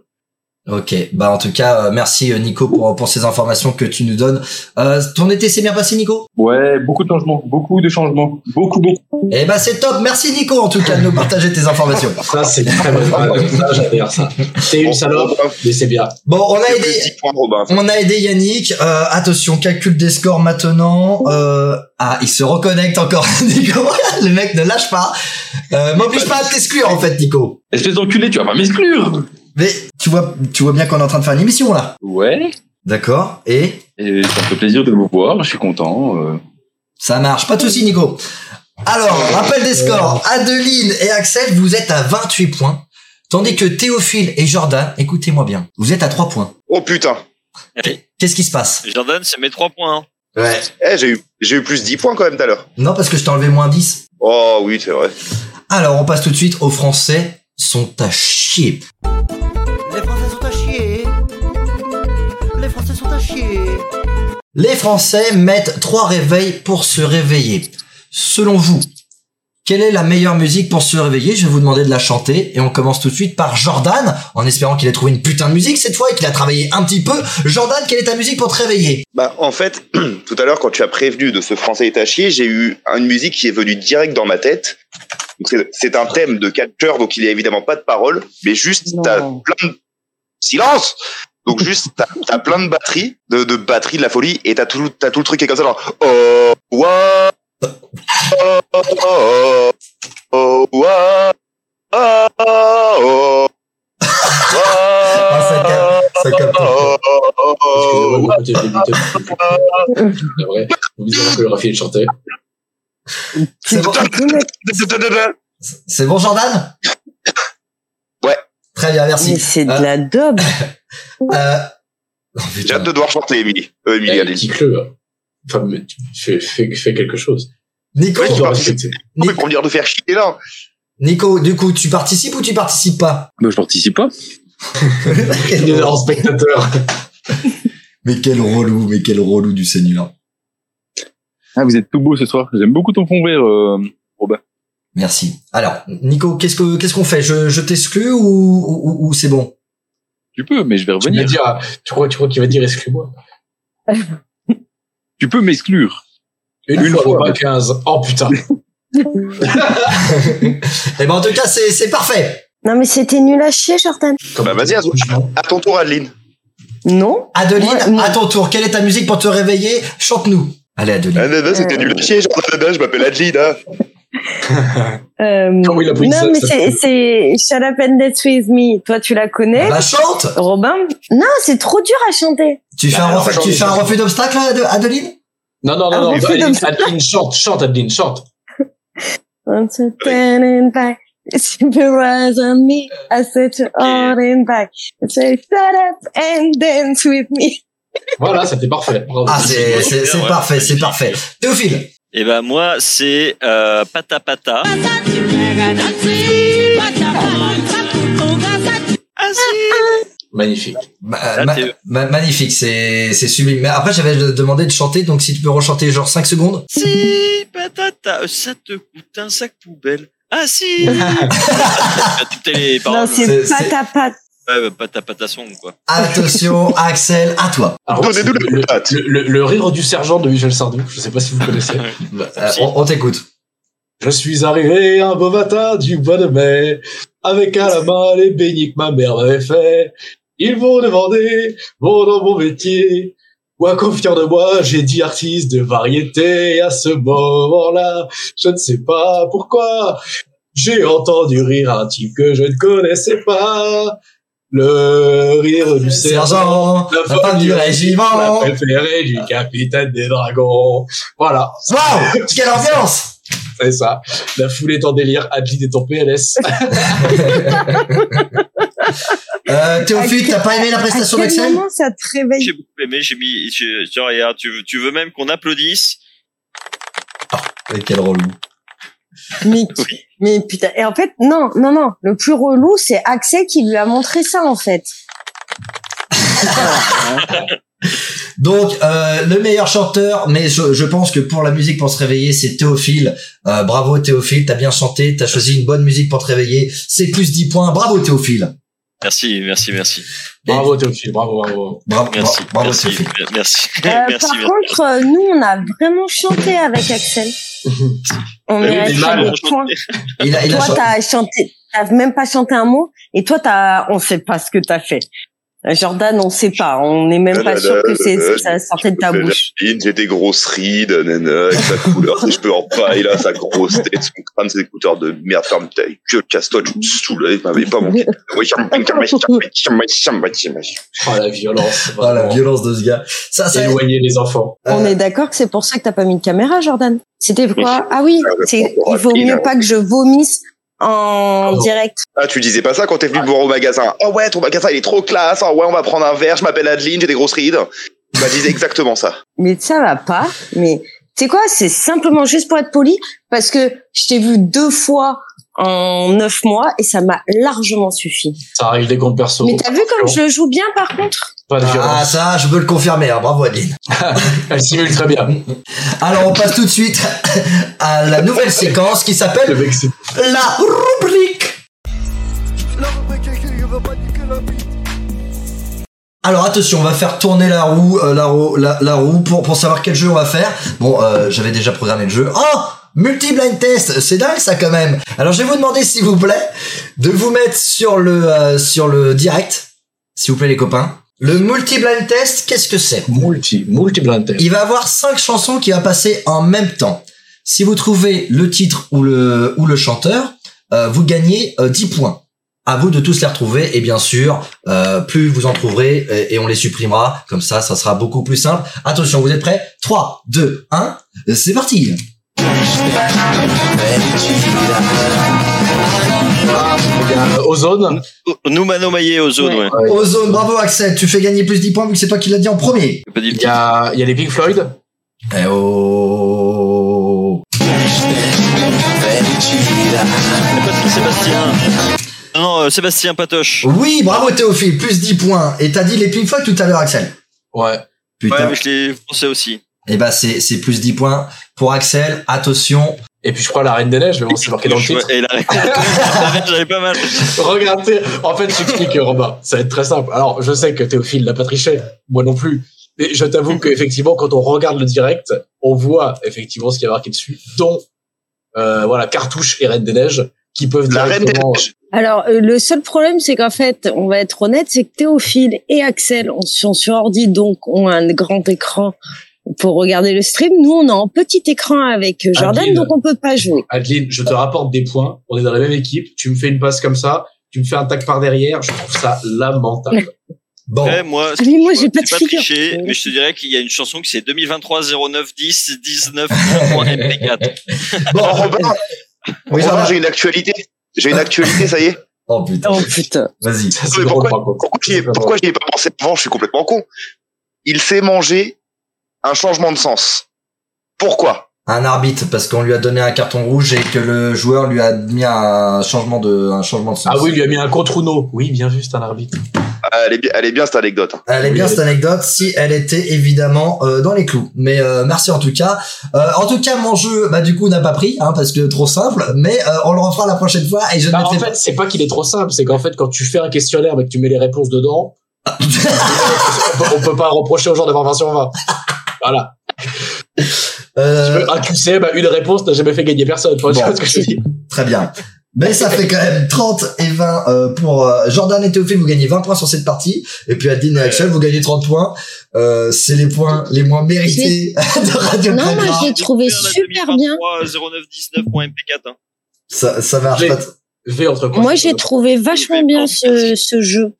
Speaker 2: Ok, bah en tout cas, euh, merci euh, Nico pour, pour ces informations que tu nous donnes. Euh, ton été s'est bien passé Nico
Speaker 9: Ouais, beaucoup de changements, beaucoup de changements, beaucoup, beaucoup.
Speaker 2: Eh ben c'est top, merci Nico en tout cas de nous partager tes informations.
Speaker 4: Ça, c'est une très bonne blague. Ça, J'adore ça. C'est une salope,
Speaker 6: Robin,
Speaker 4: mais c'est bien.
Speaker 2: Bon, on a
Speaker 6: plus
Speaker 2: aidé,
Speaker 6: de 10 points Robin
Speaker 2: on a aidé Yannick. Euh, attention, calcul des scores maintenant. Euh, ah, il se reconnecte encore Nico. Le mec ne lâche pas. Euh, M'oblige pas à t'exclure en fait Nico.
Speaker 9: Espèce d'enculé, tu vas pas m'exclure
Speaker 2: Mais tu vois, tu vois bien qu'on est en train de faire une émission là.
Speaker 9: Ouais,
Speaker 2: D'accord. Et
Speaker 9: et ça me fait plaisir de vous voir, je suis content. euh.
Speaker 2: Ça marche, pas de souci Nico. Alors, rappel des scores, Adeline et Axel, vous êtes à 28 points, tandis que Théophile et Jordan, écoutez-moi bien, vous êtes à 3 points.
Speaker 6: oh putain
Speaker 2: Qu'est-ce qui se passe
Speaker 5: Jordan, c'est mes trois points. hein.
Speaker 2: Ouais.
Speaker 6: eh j'ai eu j'ai eu plus 10 points quand même tout à l'heure
Speaker 2: Non, parce que je t'ai enlevé moins 10.
Speaker 6: oh oui c'est vrai
Speaker 2: Alors, on passe tout de suite aux Français sont à chier.
Speaker 7: Les Français sont à chier. Les Français sont à chier.
Speaker 2: Les Français mettent 3 réveils pour se réveiller. Selon vous, quelle est la meilleure musique pour se réveiller Je vais vous demander de la chanter et on commence tout de suite par Jordan, en espérant qu'il ait trouvé une putain de musique cette fois et qu'il a travaillé un petit peu. Jordan, quelle est ta musique pour te réveiller
Speaker 6: bah en fait tout à l'heure quand tu as prévenu de ce français est à chier j'ai eu une musique qui est venue direct dans ma tête Donc, c'est- c'est un thème de catcheur donc il n'y a évidemment pas de parole mais juste
Speaker 3: Non.
Speaker 6: t'as plein de silence donc juste t'as t'as plein de batteries de, de batteries de la folie et t'as tout t'as tout le truc qui est comme ça genre oh wa oh oh oh oh wa oh oh
Speaker 2: ça capte, ça capte.
Speaker 6: oh,
Speaker 4: Excusez-moi,
Speaker 6: Euh,
Speaker 4: mon côté, je l'ai buté. C'est vrai. Bizarre que le Rafi le chantait.
Speaker 2: C'est bon, c'est bon, Jordan
Speaker 6: Ouais.
Speaker 2: Très bien,
Speaker 3: Mais
Speaker 2: merci.
Speaker 3: c'est de la daube.
Speaker 2: Euh... oh,
Speaker 6: J'ai
Speaker 2: putain.
Speaker 6: hâte de devoir chanter, Émilie. Euh, Émilie,
Speaker 4: Eh,
Speaker 6: allez.
Speaker 4: Quitte-le. Enfin, mais tu- fais, fais, fais quelque chose.
Speaker 2: Nico,
Speaker 6: Ouais, tu vas-
Speaker 4: Respectez.
Speaker 6: Non, mais pour me dire de faire chier, là.
Speaker 2: Nico, du coup, tu participes ou tu participes pas
Speaker 9: Bah, je participe pas.
Speaker 4: Il est en spectateur.
Speaker 2: Mais quel relou, mais quel relou du Seigneur.
Speaker 9: Ah, vous êtes tout beau ce soir. J'aime beaucoup ton fond vert, euh, Robin.
Speaker 2: Merci. Alors, Nico, qu'est-ce que qu'est-ce qu'on fait Je, je t'exclus ou, ou, ou- ou c'est bon
Speaker 9: Tu peux, mais je vais
Speaker 4: Tu, vas
Speaker 9: revenir.
Speaker 4: dire, ah, tu crois, tu crois qu'il va dire excuse-moi
Speaker 9: Tu peux m'exclure.
Speaker 4: Une,
Speaker 9: Une
Speaker 4: fois,
Speaker 9: fois.
Speaker 4: Robin 15. Oh putain.
Speaker 2: Eh ben, en tout cas, c'est c'est parfait.
Speaker 3: Non, mais c'était nul à chier, Jordan.
Speaker 6: Bah, vas-y, à, à ton tour, Adeline.
Speaker 3: Non.
Speaker 2: Adeline,
Speaker 3: Ouais, moi-
Speaker 2: à ton tour. Quelle est ta musique pour te réveiller Chante-nous. Allez, Adeline.
Speaker 6: Ah, nana, c'était nul à chier, genre, nana, je m'appelle Adeline, hein.
Speaker 3: Euh,
Speaker 4: Comment il a pris ça,
Speaker 3: non, mais
Speaker 4: ça
Speaker 3: c'est, c'est Shut Up and Dance With Me. Toi, tu la connais,
Speaker 2: La Bah, chante
Speaker 3: Robin? Non, c'est trop dur à chanter.
Speaker 2: Tu fais
Speaker 4: Bah,
Speaker 2: un
Speaker 4: alors,
Speaker 2: refus,
Speaker 4: chante,
Speaker 2: tu fais un
Speaker 4: chante.
Speaker 2: refus d'obstacle, Ade- Adeline
Speaker 4: Non, non, non,
Speaker 3: Ah,
Speaker 4: non.
Speaker 3: mais c'est
Speaker 4: Adeline,
Speaker 3: comme ça.
Speaker 4: Adeline, chante, chante, Adeline, chante.
Speaker 3: I'm so thin and back. Supervise on me. I set you all in back. Say, shut up and dance with me.
Speaker 4: Voilà, c'était parfait. Bravo.
Speaker 2: Ah, c'est c'est- c'est
Speaker 5: Ouais,
Speaker 2: parfait, c'est
Speaker 5: magnifique.
Speaker 2: parfait. Théophile,
Speaker 5: Et ben moi, c'est euh, Pata Pata.
Speaker 10: Pata, tu me rends dans le ciel. Pata, pata, tout
Speaker 4: Magnifique.
Speaker 2: Ma-
Speaker 5: Là,
Speaker 2: ma-
Speaker 5: t'es-
Speaker 2: ma- magnifique, c'est c'est sublime. Mais après, j'avais demandé de chanter, donc si tu peux rechanter genre 5 secondes.
Speaker 5: Si, patata, Euh, ça te coûte un sac poubelle. Ah si Tu as toutes les
Speaker 3: Non,
Speaker 5: paroles.
Speaker 3: c'est
Speaker 2: C'est-
Speaker 3: pas ta patte.
Speaker 5: Ouais, bah, pata pata song, quoi.
Speaker 2: Attention, Axel, à toi.
Speaker 4: Alors, moi, c'est
Speaker 6: Donnez-nous
Speaker 4: le,
Speaker 6: les pattes.
Speaker 4: le- le- le rire du sergent de Michel Sardou, je sais pas si vous connaissez.
Speaker 5: Bah,
Speaker 2: Euh, on on t'écoute.
Speaker 4: Je suis arrivé un beau matin du mois de mai, avec à la main les beignets que ma mère m'avait fait. Ils m'ont demandé mon nom, mon métier. Moi, confiant de moi, j'ai dit artiste de variété. Et à ce moment-là, je ne sais pas pourquoi, j'ai entendu rire un type que je ne connaissais pas. Le rire du sergent.
Speaker 2: Sergent,
Speaker 4: La
Speaker 2: la femme du régiment.
Speaker 4: La préférée du capitaine des dragons. Voilà,
Speaker 2: Waouh, quelle ambiance
Speaker 4: c'est ça. La foule est en délire, Adeline est en PLS.
Speaker 2: euh, Théophile, t'as pas aimé la
Speaker 3: À
Speaker 2: prestation
Speaker 3: quel
Speaker 2: d'Axel
Speaker 3: moment ça te réveille
Speaker 5: J'ai beaucoup aimé, j'ai mis... j'ai- tiens, regarde, tu veux, tu veux même qu'on applaudisse
Speaker 2: Mais Quel relou.
Speaker 3: mais, mais putain. Et en fait, non, non, non. Le plus relou, c'est Axel qui lui a montré ça, en fait.
Speaker 2: Donc, euh, le meilleur chanteur, mais je, je pense que pour la musique pour se réveiller, c'est Théophile. Euh, bravo Théophile, t'as bien chanté, t'as choisi une bonne musique pour te réveiller. C'est plus 10 points. Bravo Théophile.
Speaker 5: Merci, merci, merci.
Speaker 4: bravo Théophile, bravo, bravo.
Speaker 2: Bravo,
Speaker 5: Merci,
Speaker 2: bravo
Speaker 5: merci,
Speaker 2: Théophile.
Speaker 5: mer- merci,
Speaker 3: Euh,
Speaker 5: Eh, merci,
Speaker 3: par
Speaker 5: merci.
Speaker 3: contre, euh, nous, on a vraiment chanté avec Axel. On
Speaker 5: Mais oui,
Speaker 3: mérite
Speaker 5: mais mal,
Speaker 3: des
Speaker 5: on chantait.
Speaker 3: points.
Speaker 2: Il a, il a
Speaker 3: toi,
Speaker 2: chanté.
Speaker 3: t'as chanté, t'as même pas chanté un mot, et toi, t'as, on sait pas ce que t'as fait. Jordan, on sait pas, on n'est même pas sûr que c'est, c'est- ça sortait de ta bouche.
Speaker 6: J'ai des grosses rides, nanana, avec sa couleur, ses cheveux en paille, là, sa grosse tête, son crâne, ses écouteurs de merde, ferme ta gueule, casse-toi, tu me saoules, il m'avait pas manqué. Ouais, cham, cham, cham, cham, cham, cham, cham, cham.
Speaker 4: Oh la violence.
Speaker 2: Oh, la
Speaker 4: vraiment.
Speaker 2: violence de ce gars. Ça, ça.
Speaker 4: Éloignez les enfants.
Speaker 2: euh,
Speaker 3: On est d'accord que c'est pour ça que t'as pas mis de caméra, Jordan. C'était quoi? Ah oui, c'est, il vaut mieux pas que je vomisse en direct.
Speaker 6: Ah, tu disais pas ça quand t'es venu me voir au magasin. Oh ouais, ton magasin, il est trop classe. Oh ouais, on va prendre un verre. Je m'appelle Adeline, j'ai des grosses rides. Tu m'as dit exactement ça.
Speaker 3: Mais ça va pas, mais c'est quoi? C'est simplement juste pour être poli, parce que je t'ai vu deux fois en neuf mois, et ça m'a largement suffi.
Speaker 4: Ça arrive des comptes perso.
Speaker 3: Mais t'as vu comme je le joue bien, par contre?
Speaker 4: Pas de
Speaker 2: Ah,
Speaker 4: violence.
Speaker 2: ça, je peux le confirmer. hein. Bravo Adeline.
Speaker 4: Elle simule très bien.
Speaker 2: Alors, on passe tout de suite à la nouvelle séquence qui
Speaker 4: Le
Speaker 2: s'appelle
Speaker 4: mec, c'est
Speaker 2: la rubrique.
Speaker 7: La rubrique est que je veux pas niquer la bite.
Speaker 2: Alors attention, on va faire tourner la roue, euh, la, roue la, la roue pour, pour savoir quel jeu on va faire. Bon, euh, j'avais déjà programmé le jeu. Oh Multi-blind test, c'est dingue ça quand même. Alors je vais vous demander s'il vous plaît de vous mettre sur le euh, sur le direct, s'il vous plaît les copains. Le multi-blind test, qu'est-ce que c'est
Speaker 4: multi, multi blindé.
Speaker 2: Il va avoir cinq chansons qui va passer en même temps. Si vous trouvez le titre ou le ou le chanteur, euh, vous gagnez euh, 10 points. À vous de tous les retrouver et bien sûr, euh, plus vous en trouverez et, et on les supprimera. Comme ça, ça sera beaucoup plus simple. Attention, vous êtes prêts 3, 2, 1, c'est parti
Speaker 4: Euh, Ozone,
Speaker 5: Oh, Nous manomaillés aux zones, ouais.
Speaker 2: Ozone, bravo Axel, tu fais gagner plus 10 points vu que c'est toi qui l'as dit en premier.
Speaker 5: J'ai pas dit le
Speaker 4: il y a, il y a les Pink Floyd.
Speaker 2: Eh oh
Speaker 5: titre. Patrick Sébastien. Non, non, euh, Sébastien Patoche.
Speaker 2: Oui, bravo Théophile, plus 10 points. Et t'as dit les Pink Floyd tout à l'heure Axel.
Speaker 4: Ouais.
Speaker 5: Ouais,
Speaker 2: Putain.
Speaker 5: mais je l'ai pensé aussi.
Speaker 2: Eh ben c'est c'est plus 10 points pour Axel. Attention.
Speaker 4: Et puis je crois la Reine des Neiges, mais bon, c'est marqué dans le
Speaker 5: Je-
Speaker 4: titre.
Speaker 5: Et la... J'avais pas mal.
Speaker 4: Regardez, en fait, j'explique, euh, Robin. Ça va être très simple. Alors, je sais que Théophile n'a pas triché, moi non plus. Mais je t'avoue qu'effectivement, quand on regarde le direct, on voit effectivement ce qu'il y a marqué dessus, dont euh, voilà, Cartouche et Reine des Neiges, qui peuvent
Speaker 6: La reine des
Speaker 4: directement-
Speaker 6: neiges.
Speaker 3: Alors, euh, le seul problème, c'est qu'en fait, on va être honnête, c'est que Théophile et Axel on- sont sur ordi, donc ont un grand écran pour regarder le stream. Nous, on est en petit écran avec Jordan,
Speaker 4: Habile.
Speaker 3: donc on peut pas jouer.
Speaker 4: Adeline, je te rapporte des points. On est dans la même équipe. Tu me fais une passe comme ça. Tu me fais un tac par derrière. Je trouve ça lamentable.
Speaker 2: Bon.
Speaker 5: Ouais, moi,
Speaker 3: Ah, mais moi,
Speaker 5: tu
Speaker 3: j'ai
Speaker 5: vois,
Speaker 3: pas de figure.
Speaker 5: triché, mais je te dirais qu'il y a une chanson qui c'est 2023 09 10 19 MP4.
Speaker 4: Eh.
Speaker 6: Oh,
Speaker 4: bah,
Speaker 6: Robin,
Speaker 2: Oui,
Speaker 4: oh,
Speaker 6: Robin,
Speaker 2: Jordan.
Speaker 6: j'ai une actualité. J'ai une actualité, ça y est.
Speaker 2: Oh putain.
Speaker 3: Oh putain.
Speaker 2: Vas-y.
Speaker 4: Ça,
Speaker 6: Mais
Speaker 4: c'est
Speaker 6: pourquoi-
Speaker 4: par contre.
Speaker 6: Pourquoi j'y ai, pourquoi j'y ai pas pensé avant Je suis complètement con. Il s'est mangé un changement de sens. Pourquoi
Speaker 2: un arbitre parce qu'on lui a donné un carton rouge et que le joueur lui a mis un changement de un changement de sens.
Speaker 4: Ah oui, il lui a mis un contre Uno. Oui, bien vu, c'est un arbitre.
Speaker 6: Ah, Elle est bien, elle est bien cette anecdote. hein.
Speaker 2: Elle est bien
Speaker 4: Oui,
Speaker 2: cette anecdote si elle était évidemment euh, dans les clous. Mais euh, merci en tout cas. Euh, en tout cas, mon jeu, bah du coup, n'a pas pris hein, parce que trop simple. Mais euh, on le refera la prochaine fois et je ne
Speaker 4: Bah, en
Speaker 2: mettrai
Speaker 4: fait, c'est pas qu'il est trop simple, c'est qu'en fait, quand tu fais un questionnaire mais que tu mets les réponses dedans, on, peut, on peut pas reprocher aux gens d'avoir 20 sur 20. Voilà.
Speaker 2: pas. Euh,
Speaker 4: Tu veux un QCM à une réponse, t'as jamais fait gagner personne. Faut
Speaker 2: Bon.
Speaker 4: dire ce que je dis.
Speaker 2: Très bien. Mais ça fait quand même 30 et 20 euh, pour euh, Jordan et Théophile, vous gagnez 20 points sur cette partie. Et puis Adeline et Axel, vous gagnez 30 points. Euh, c'est les points les moins mérités de Radio
Speaker 3: Non, moi,
Speaker 2: Grenouille.
Speaker 3: je l'ai trouvé super bien.
Speaker 5: 0919.mp4. Hein.
Speaker 2: Ça, ça marche
Speaker 4: J'ai-
Speaker 2: pas. t-
Speaker 4: V entre quoi
Speaker 3: Moi, j'ai trouvé vachement bien ce, ce jeu.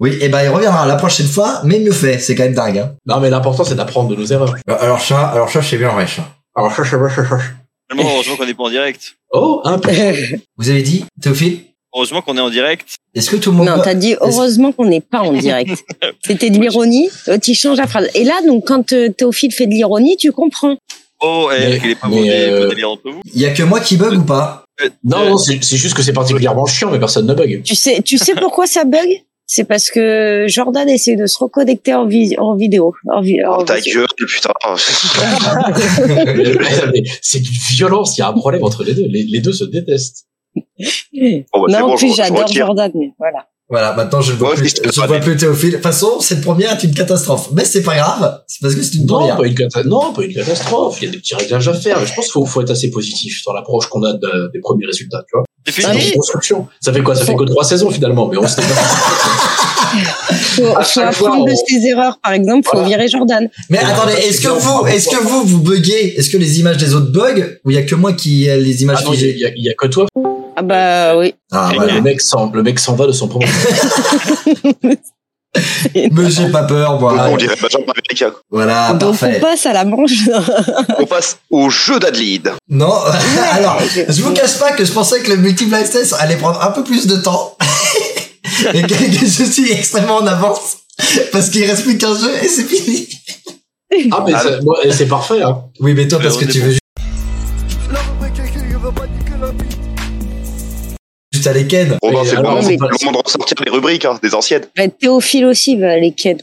Speaker 2: Oui, et ben il reviendra la prochaine fois, mais mieux fait. C'est quand même dingue. hein.
Speaker 4: Non, mais l'important, c'est d'apprendre de nos erreurs.
Speaker 2: Euh, Alors ça, alors ça, c'est bien hein. vrai. ça.
Speaker 4: Alors, cherche, cherche, cherche, cherche.
Speaker 5: Finalement, heureusement qu'on n'est pas en direct.
Speaker 4: Oh, un peu.
Speaker 2: Vous avez dit Théophile.
Speaker 5: Heureusement qu'on est en direct.
Speaker 2: Est-ce que tout le monde
Speaker 3: Non,
Speaker 2: peut-
Speaker 3: t'as dit heureusement qu'on n'est pas en direct. C'était de l'ironie. L'autre, il change la phrase. Et là, donc, quand euh, Théophile fait de l'ironie, tu comprends.
Speaker 5: Oh,
Speaker 4: Mais-
Speaker 5: eh, qu'il est pas
Speaker 4: mais,
Speaker 5: bon dé-
Speaker 4: euh,
Speaker 5: bon délire entre vous.
Speaker 2: Il y a que moi qui bug ou pas
Speaker 4: Non, non, c'est c'est juste que c'est particulièrement chiant, mais personne ne bug.
Speaker 3: Tu sais, tu sais pourquoi ça bug C'est parce que Jordan essaie de se reconnecter en, vi- en vidéo. En vi- en
Speaker 6: Oh, ta
Speaker 3: visio.
Speaker 6: gueule, putain. Oh,
Speaker 4: Mais euh, c'est d'une violence, il y a un problème entre les deux. Les, les deux se détestent.
Speaker 6: Bon, bah,
Speaker 3: non,
Speaker 6: c'est
Speaker 3: en
Speaker 6: bon, je,
Speaker 3: plus,
Speaker 6: je
Speaker 3: j'adore
Speaker 6: retire.
Speaker 3: Jordan. mais Voilà.
Speaker 2: Voilà, maintenant je ne vois
Speaker 6: Moi,
Speaker 2: plus,
Speaker 6: je dis-
Speaker 2: je ne vois plus Théophile. De toute façon, cette première est une catastrophe. Mais c'est pas grave, c'est parce que c'est une
Speaker 4: Non
Speaker 3: bah,
Speaker 2: première.
Speaker 4: pas, une cata- non, pas une catastrophe. Il y a des petits réglages à faire. Mais je pense qu'il faut, faut être assez positif dans l'approche qu'on a de- des premiers résultats, tu vois.
Speaker 5: C'est
Speaker 4: C'est
Speaker 5: fini.
Speaker 3: Ah,
Speaker 4: une
Speaker 3: mais-
Speaker 4: construction. Ça fait quoi Ça fait que trois saisons finalement, mais on s'était pas.
Speaker 3: Faut,
Speaker 4: À
Speaker 3: faut
Speaker 4: Ah, chaque fois,
Speaker 3: apprendre de
Speaker 4: on-
Speaker 3: ses erreurs. Par exemple, faut
Speaker 4: Voilà.
Speaker 3: virer Jordan.
Speaker 2: Mais
Speaker 4: Et
Speaker 2: attendez,
Speaker 4: en fait,
Speaker 2: est-ce
Speaker 4: c'est
Speaker 2: que
Speaker 4: bien
Speaker 2: vous,
Speaker 4: par
Speaker 2: est-ce que
Speaker 4: rapport-
Speaker 2: vous vous buguez Est-ce que les images des autres bug ou il y a que moi qui ai les images
Speaker 4: Ah non, il y a- il
Speaker 2: figées
Speaker 4: y, a- il y a que toi.
Speaker 3: Ah bah oui.
Speaker 2: Ah
Speaker 5: Et
Speaker 2: voilà.
Speaker 4: Le mec s'en, le mec s'en va de son propre.
Speaker 2: Mais j'ai pas peur,
Speaker 6: Donc,
Speaker 2: voilà.
Speaker 6: on dirait Benjamin America. bah,
Speaker 2: Voilà,
Speaker 3: Donc on
Speaker 2: parfait.
Speaker 3: passe à la manche.
Speaker 6: On passe au jeu d'Adlid.
Speaker 2: Non, alors,
Speaker 3: je-
Speaker 2: je vous cache pas que je pensais que le multiple test allait prendre un peu plus de temps. et que, que je suis extrêmement en avance. Parce qu'il reste plus qu'un jeu et c'est fini.
Speaker 4: Ah, mais
Speaker 6: Ah,
Speaker 4: c'est, moi, c'est parfait. Hein.
Speaker 2: Oui, mais toi,
Speaker 5: Mais
Speaker 2: parce
Speaker 5: on
Speaker 2: que
Speaker 5: est
Speaker 2: tu
Speaker 5: bon.
Speaker 2: veux juste aller ken.
Speaker 6: Robin,
Speaker 4: Et
Speaker 6: Oh, c'est le
Speaker 4: alors,
Speaker 6: moment
Speaker 3: mais-
Speaker 6: c'est le moment de ressortir les rubriques hein, des anciennes.
Speaker 3: Bah, Théophile aussi va aller ken.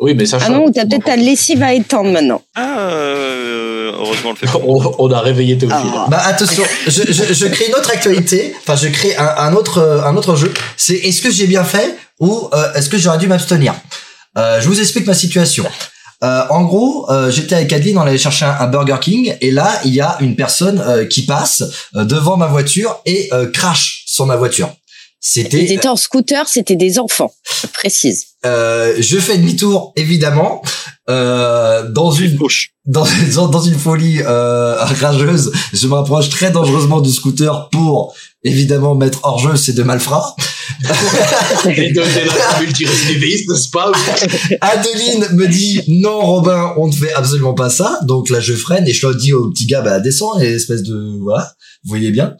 Speaker 4: Oui, mais ça
Speaker 3: Ah
Speaker 4: change.
Speaker 3: non, t'as peut-être ta lessive à étendre maintenant.
Speaker 5: Ah, euh, heureusement, on le fait pas.
Speaker 4: On, on a réveillé Théophile.
Speaker 3: Ah.
Speaker 2: Bah attention, je, je, je crée une autre actualité, enfin je crée un, un autre euh, un autre jeu. C'est est-ce que j'ai bien fait ou euh, est-ce que j'aurais dû m'abstenir Euh, Je vous explique ma situation. Euh, en gros, euh, j'étais avec Adeline, on allait chercher un, un Burger King et là il y a une personne euh, qui passe euh, devant ma voiture et euh, crache sur ma voiture. C'était
Speaker 3: T'étais en scooter, c'était des enfants. Je précise.
Speaker 2: euh, je fais demi-tour évidemment euh, dans une dans, dans, dans une folie euh, rageuse, je me rapproche très dangereusement du scooter pour évidemment mettre hors jeu ces deux malfrats.
Speaker 4: Les deux délinquants multirécidivistes, n'est-ce pas
Speaker 2: Adeline me dit non Robin, on ne fait absolument pas ça. Donc là je freine et je leur dis au petit gars bah descends et espèce de voilà, vous voyez bien.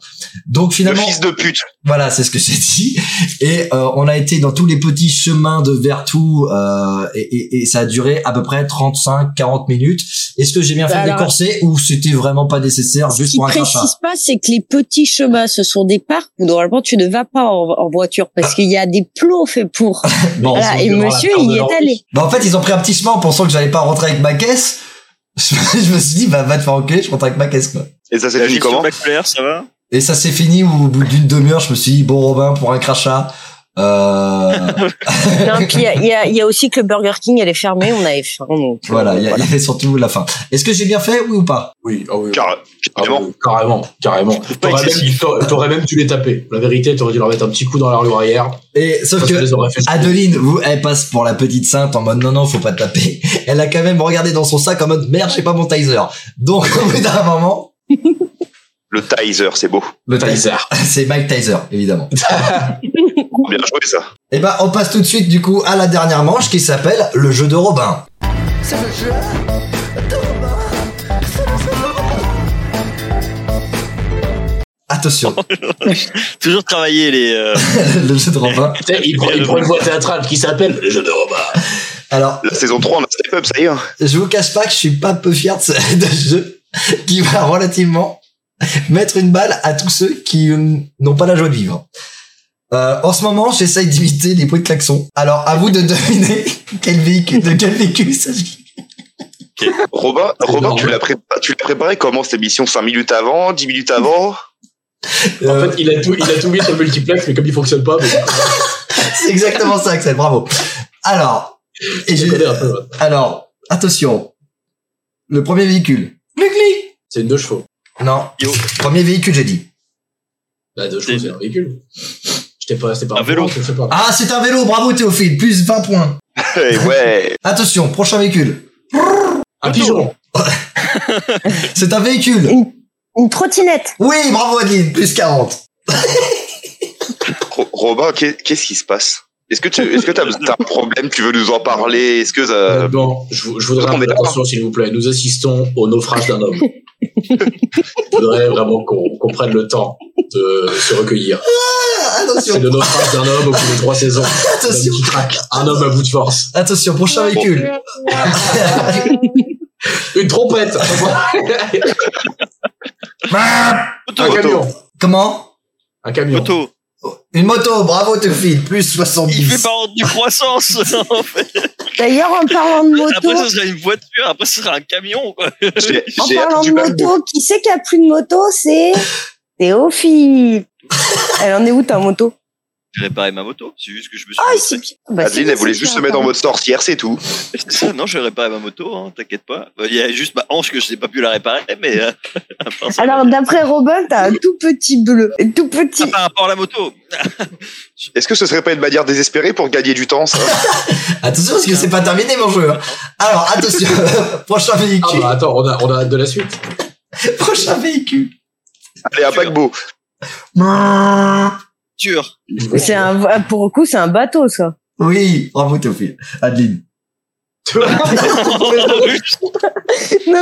Speaker 2: Donc
Speaker 6: Le
Speaker 2: finalement
Speaker 6: fils de pute.
Speaker 2: Voilà, c'est ce que j'ai dit. Et euh, on a été dans tous les petits chemins de Vertu euh, et, et- et ça a duré à peu près 35-40 minutes. Est-ce que j'ai bien fait
Speaker 3: Bah
Speaker 2: de
Speaker 3: alors-
Speaker 2: décorser ou c'était vraiment pas nécessaire
Speaker 3: Ce
Speaker 2: juste
Speaker 3: qui
Speaker 2: pour un crachat
Speaker 3: précise pas, c'est que les petits chemins, ce sont des parcs où normalement tu ne vas pas en, en voiture parce qu'il y a des plots faits pour.
Speaker 2: Bon.
Speaker 3: Voilà, et
Speaker 4: devant la
Speaker 3: monsieur
Speaker 4: ferme
Speaker 3: il
Speaker 4: de
Speaker 3: y est
Speaker 4: Norwich.
Speaker 3: allé.
Speaker 2: Bah en fait, ils ont pris un petit chemin en pensant que j'allais pas rentrer avec ma caisse. Je me suis dit bah va te faire enculer, je rentre avec ma caisse quoi.
Speaker 6: Et ça s'est
Speaker 5: La
Speaker 6: fini
Speaker 5: gestion
Speaker 6: comment
Speaker 5: de la colère, ça va
Speaker 2: Et ça s'est fini où, au bout d'une demi-heure, je me suis dit bon Robin pour un crachat. Euh,
Speaker 3: Non, puis il y a, il y a- il y a aussi que le Burger King elle est fermée, on avait faim. Donc, euh,
Speaker 2: voilà, il y, a- il y a surtout la fin. Est-ce que j'ai bien fait oui ou pas
Speaker 4: Oui, ah oui.
Speaker 6: Car-
Speaker 4: Ah oui,
Speaker 6: Carrément.
Speaker 4: carrément, carrément.
Speaker 5: pas
Speaker 4: T'aurais même,
Speaker 5: excessif.
Speaker 4: t'aurais- t'aurais même dû les taper. La vérité, t'aurais dû leur mettre un petit coup dans la rue arrière.
Speaker 2: Et sauf
Speaker 4: Parce
Speaker 2: que
Speaker 4: que les aurait fait.
Speaker 2: Adeline, vous, elle passe pour la petite sainte en mode non non faut pas te taper. Elle a quand même regardé dans son sac en mode merde j'ai pas mon taser. Donc au bout d'un moment,
Speaker 6: Le Tizer, c'est beau.
Speaker 2: le taser,
Speaker 4: Tizer.
Speaker 2: c'est Mike Taser évidemment.
Speaker 6: Oh, Bien joué ça.
Speaker 2: Et ben on passe tout de suite du coup à la dernière manche qui s'appelle le jeu de Robin.
Speaker 7: C'est le jeu de Robin. C'est le jeu de Robin.
Speaker 2: Attention,
Speaker 5: Toujours travailler les. euh,
Speaker 2: le jeu de Robin.
Speaker 4: Tu sais, Il prend, il prend une voix théâtrale qui s'appelle Le jeu de Robin.
Speaker 2: Alors
Speaker 6: La saison 3, on a step up, ça y est. hein.
Speaker 2: je vous cache pas que je suis pas peu fier de ce de ce jeu. qui va relativement mettre une balle à tous ceux qui euh, n'ont pas la joie de vivre. Euh, en ce moment, j'essaye d'imiter les bruits de klaxon. Alors, à vous de deviner quel véhicule, de quel véhicule il s'agit.
Speaker 6: Robin,
Speaker 4: C'est
Speaker 6: Robin
Speaker 4: énorme.
Speaker 6: tu l'as prépa- tu l'as préparé comment cette émission 5 minutes avant 10 minutes avant
Speaker 4: En
Speaker 2: Euh,
Speaker 4: fait, il a tout, il a tout mis sur le multiplex, mais comme il fonctionne pas, mais
Speaker 2: c'est exactement ça, Axel. Bravo. Alors, et
Speaker 4: je
Speaker 2: je-
Speaker 4: connais un peu. ouais.
Speaker 2: alors, attention. Le premier véhicule. Glu, glu.
Speaker 4: C'est une deux chevaux.
Speaker 2: Non.
Speaker 5: Yo.
Speaker 2: Premier véhicule, j'ai dit.
Speaker 4: Bah, deux chevaux,
Speaker 5: C'est-
Speaker 4: c'est un véhicule. Je t'ai pas, c'est pas
Speaker 5: Un vélo.
Speaker 4: je sais pas.
Speaker 2: Ah, c'est un vélo. Bravo, Théophile. Plus 20 points.
Speaker 6: Eh Ouais.
Speaker 2: Attention, prochain véhicule.
Speaker 4: Un pigeon.
Speaker 2: C'est un véhicule.
Speaker 3: Une trottinette.
Speaker 2: Oui, bravo, Adeline. Plus 40.
Speaker 6: Ro- Robin, qu'est- qu'est-ce qui se passe Est-ce que tu est-ce que t'as t'as un problème Tu veux nous en parler Est-ce que ça...
Speaker 4: Bon, je, vou- je voudrais
Speaker 6: Euh, on est
Speaker 4: appeler
Speaker 6: d'accord.
Speaker 4: attention, s'il vous plaît. Nous assistons au naufrage d'un homme. je voudrais vraiment qu'on qu'on prenne le temps de se recueillir.
Speaker 2: Ah,
Speaker 4: C'est
Speaker 2: Attention.
Speaker 4: le naufrage d'un homme au bout de trois saisons. Un homme
Speaker 2: Attention.
Speaker 4: qui craque. Un homme à bout de force.
Speaker 2: Attention, prochain véhicule.
Speaker 4: Une trompette. un
Speaker 5: Moto,
Speaker 4: camion.
Speaker 2: Comment
Speaker 4: Un camion.
Speaker 5: moto.
Speaker 2: Une moto. Bravo, Théophile. Plus 70.
Speaker 5: Il fait par ordre de croissance. en fait.
Speaker 3: D'ailleurs, en parlant de
Speaker 5: Après,
Speaker 3: moto,
Speaker 5: ce sera une voiture. Après, ce sera un camion. Quoi.
Speaker 6: J'ai
Speaker 3: en
Speaker 6: j'ai
Speaker 3: parlant
Speaker 6: du
Speaker 3: de
Speaker 6: mal de-
Speaker 3: moto, qui c'est qui a plus de moto C'est Théophile. Elle en est où ta moto
Speaker 5: J'ai réparé ma moto. C'est juste que je me suis.
Speaker 3: Ah,
Speaker 5: montré.
Speaker 3: ici. Bah,
Speaker 6: Adeline,
Speaker 3: si,
Speaker 6: elle voulait
Speaker 3: si,
Speaker 6: juste
Speaker 3: si,
Speaker 6: se mettre en mode sorcière, c'est tout.
Speaker 5: C'est ça, non, je vais réparer ma moto, hein, t'inquiète pas. Euh, Il y a juste ma hanche que je n'ai pas pu la réparer, mais. euh, à part ça,
Speaker 3: Alors, d'après Robin, t'as un tout petit bleu. Un Tout
Speaker 5: Ah,
Speaker 3: petit.
Speaker 5: par rapport à la moto.
Speaker 6: Est-ce que ce serait pas une manière désespérée pour gagner du temps ça
Speaker 2: Attention parce que c'est pas terminé mon jeu. hein. Alors attention, prochain
Speaker 4: Ah
Speaker 2: véhicule,
Speaker 4: bah attends, on a, on a hâte de la suite.
Speaker 2: prochain véhicule.
Speaker 6: Allez, un paquebot.
Speaker 5: Sûr.
Speaker 3: C'est un, pour le coup, c'est un bateau, ça.
Speaker 2: Oui, bravo Théophile. Adeline.
Speaker 3: Non,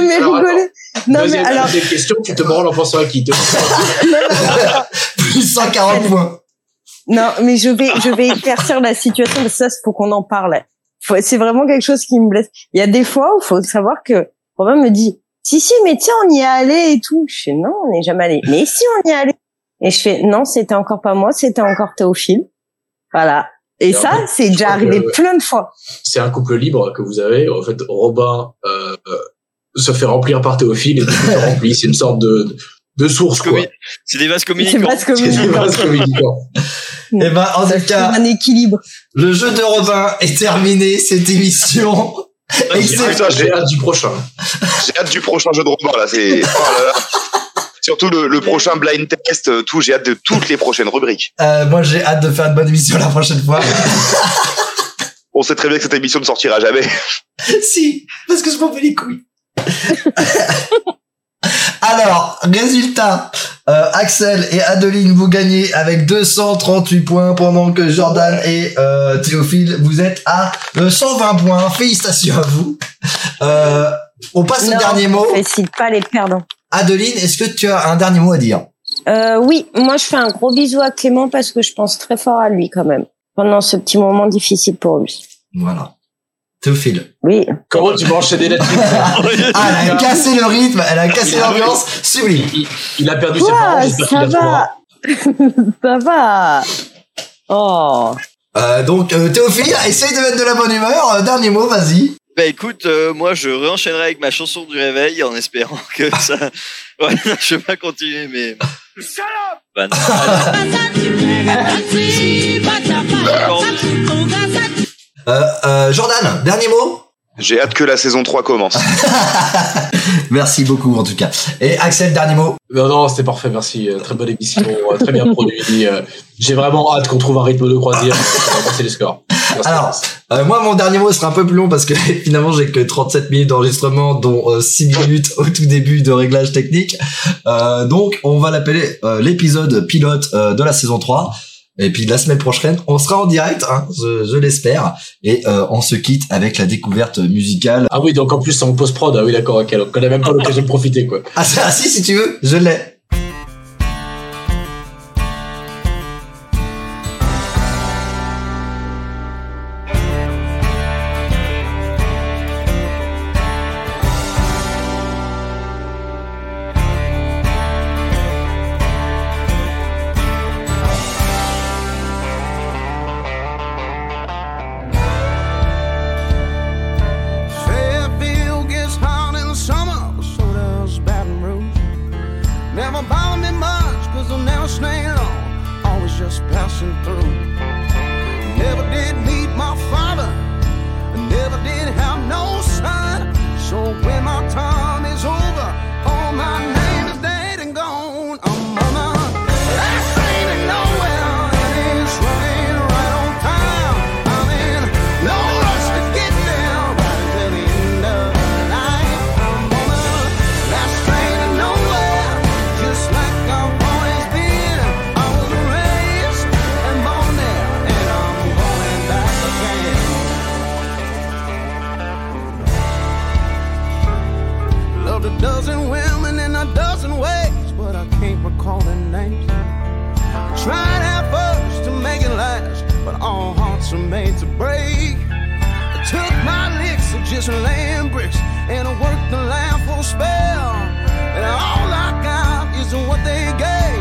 Speaker 3: mais
Speaker 4: Alors,
Speaker 3: rigolez. Non, mais
Speaker 4: Deuxième,
Speaker 3: alors,
Speaker 4: deuxième question, tu te branles en pensant à qui Te-
Speaker 2: Plus 140 points.
Speaker 3: non, mais je vais, je vais éclaircir la situation parce que ça, faut qu'on en parle. Faut- C'est vraiment quelque chose qui me blesse. Il y a des fois où faut savoir que Robin me dit, si, si, mais tiens, on y est allé et tout. Je fais, non, on n'est jamais allé. Mais si, on y est allé. Et je fais, non, c'était encore pas moi, c'était encore Théophile. Voilà. Et
Speaker 4: Et en
Speaker 3: ça,
Speaker 4: fait,
Speaker 3: c'est déjà
Speaker 4: crois que- euh,
Speaker 3: arrivé plein de fois.
Speaker 4: C'est un couple libre que vous avez. En fait, Robin euh, euh, se fait remplir par Théophile et du coup, te remplit. C'est une sorte de, de source, quoi.
Speaker 5: Commu- C'est des vases
Speaker 3: C'est
Speaker 5: communicants.
Speaker 3: pas ce que
Speaker 4: C'est des vases communicants.
Speaker 2: Et ben en
Speaker 3: Ça
Speaker 2: tout
Speaker 3: fait
Speaker 2: cas,
Speaker 3: un équilibre.
Speaker 2: le jeu de Robin est terminé cette émission. Excellent.
Speaker 4: Putain, J'ai hâte du prochain.
Speaker 6: J'ai hâte du prochain jeu de Robin là. C'est oh là là. surtout le, le prochain blind test, euh, tout. J'ai hâte de toutes les prochaines rubriques.
Speaker 2: Euh, moi j'ai hâte de faire une bonne émission la prochaine fois.
Speaker 6: On sait très bien que cette émission ne sortira jamais.
Speaker 2: si, parce que je m'en bats les couilles. Alors, résultat, euh, Axel et Adeline, vous gagnez avec 238 points, pendant que Jordan et euh, Théophile, vous êtes à euh, 120 points. Félicitations à vous. Euh, on passe au
Speaker 3: Non.
Speaker 2: dernier mot.
Speaker 3: Félicite pas les perdants.
Speaker 2: Adeline, est-ce que tu as un dernier mot à dire
Speaker 3: Euh, oui, moi je fais un gros bisou à Clément parce que je pense très fort à lui quand même pendant ce petit moment difficile pour lui.
Speaker 2: Voilà. Théophile.
Speaker 3: Oui,
Speaker 4: Comment tu vas enchaîner là-dessus
Speaker 2: Ah, elle a cassé le rythme, elle a cassé l'ambiance. Sublime.
Speaker 4: il, il a perdu ses parents,
Speaker 3: quoi
Speaker 4: j'espère qu'il
Speaker 3: Ça
Speaker 4: la trouvera.
Speaker 3: va, ça va. Oh,
Speaker 2: Euh, donc, euh, Théophile, essaye de mettre de la bonne humeur. Euh, Dernier mot, vas-y.
Speaker 5: Bah écoute, euh, moi je réenchaînerai avec ma chanson du réveil en espérant que ça. Ouais, non, je vais pas continuer, mais. Bah, non.
Speaker 2: Euh, euh, Jordan, dernier mot
Speaker 6: J'ai hâte que la saison 3 commence.
Speaker 2: Merci beaucoup en tout cas. Et Axel, dernier mot
Speaker 4: Non, non, c'était parfait, merci. Euh, Très bonne émission, euh, très bien produit. Euh, J'ai vraiment hâte qu'on trouve un rythme de croisière pour avancer les scores. Merci.
Speaker 2: Alors, euh, moi mon dernier mot sera un peu plus long parce que finalement j'ai que 37 minutes d'enregistrement dont euh, 6 minutes au tout début de réglage technique. Euh, donc on va l'appeler euh, l'épisode pilote euh, de la saison 3. Et puis la semaine prochaine, on sera en direct, hein, je, je l'espère. Et euh, on se quitte avec la découverte musicale.
Speaker 4: Ah oui, donc en plus, c'est en post-prod. Ah oui, d'accord, ok. Donc, on n'a même pas l'occasion de profiter, quoi.
Speaker 2: Ah, ça, si, si tu veux, je l'ai.
Speaker 7: Thank
Speaker 9: just passing through. Never did meet my father, never did have no son. So when my time is over, all my name is dead and gone. I'm on a last train to nowhere, and it's running right on time. I'm in no rush to get there, right until the end of the night. I'm on a last train to nowhere, just like I've always been. I was raised and born there, and I'm going back again. Loved a dozen women in a dozen ways, but I can't recall their names. Tried at first to make it last, but all hearts are made to break. I took my licks of just laying bricks, and I worked the land for a spell. And all I got is what they gave.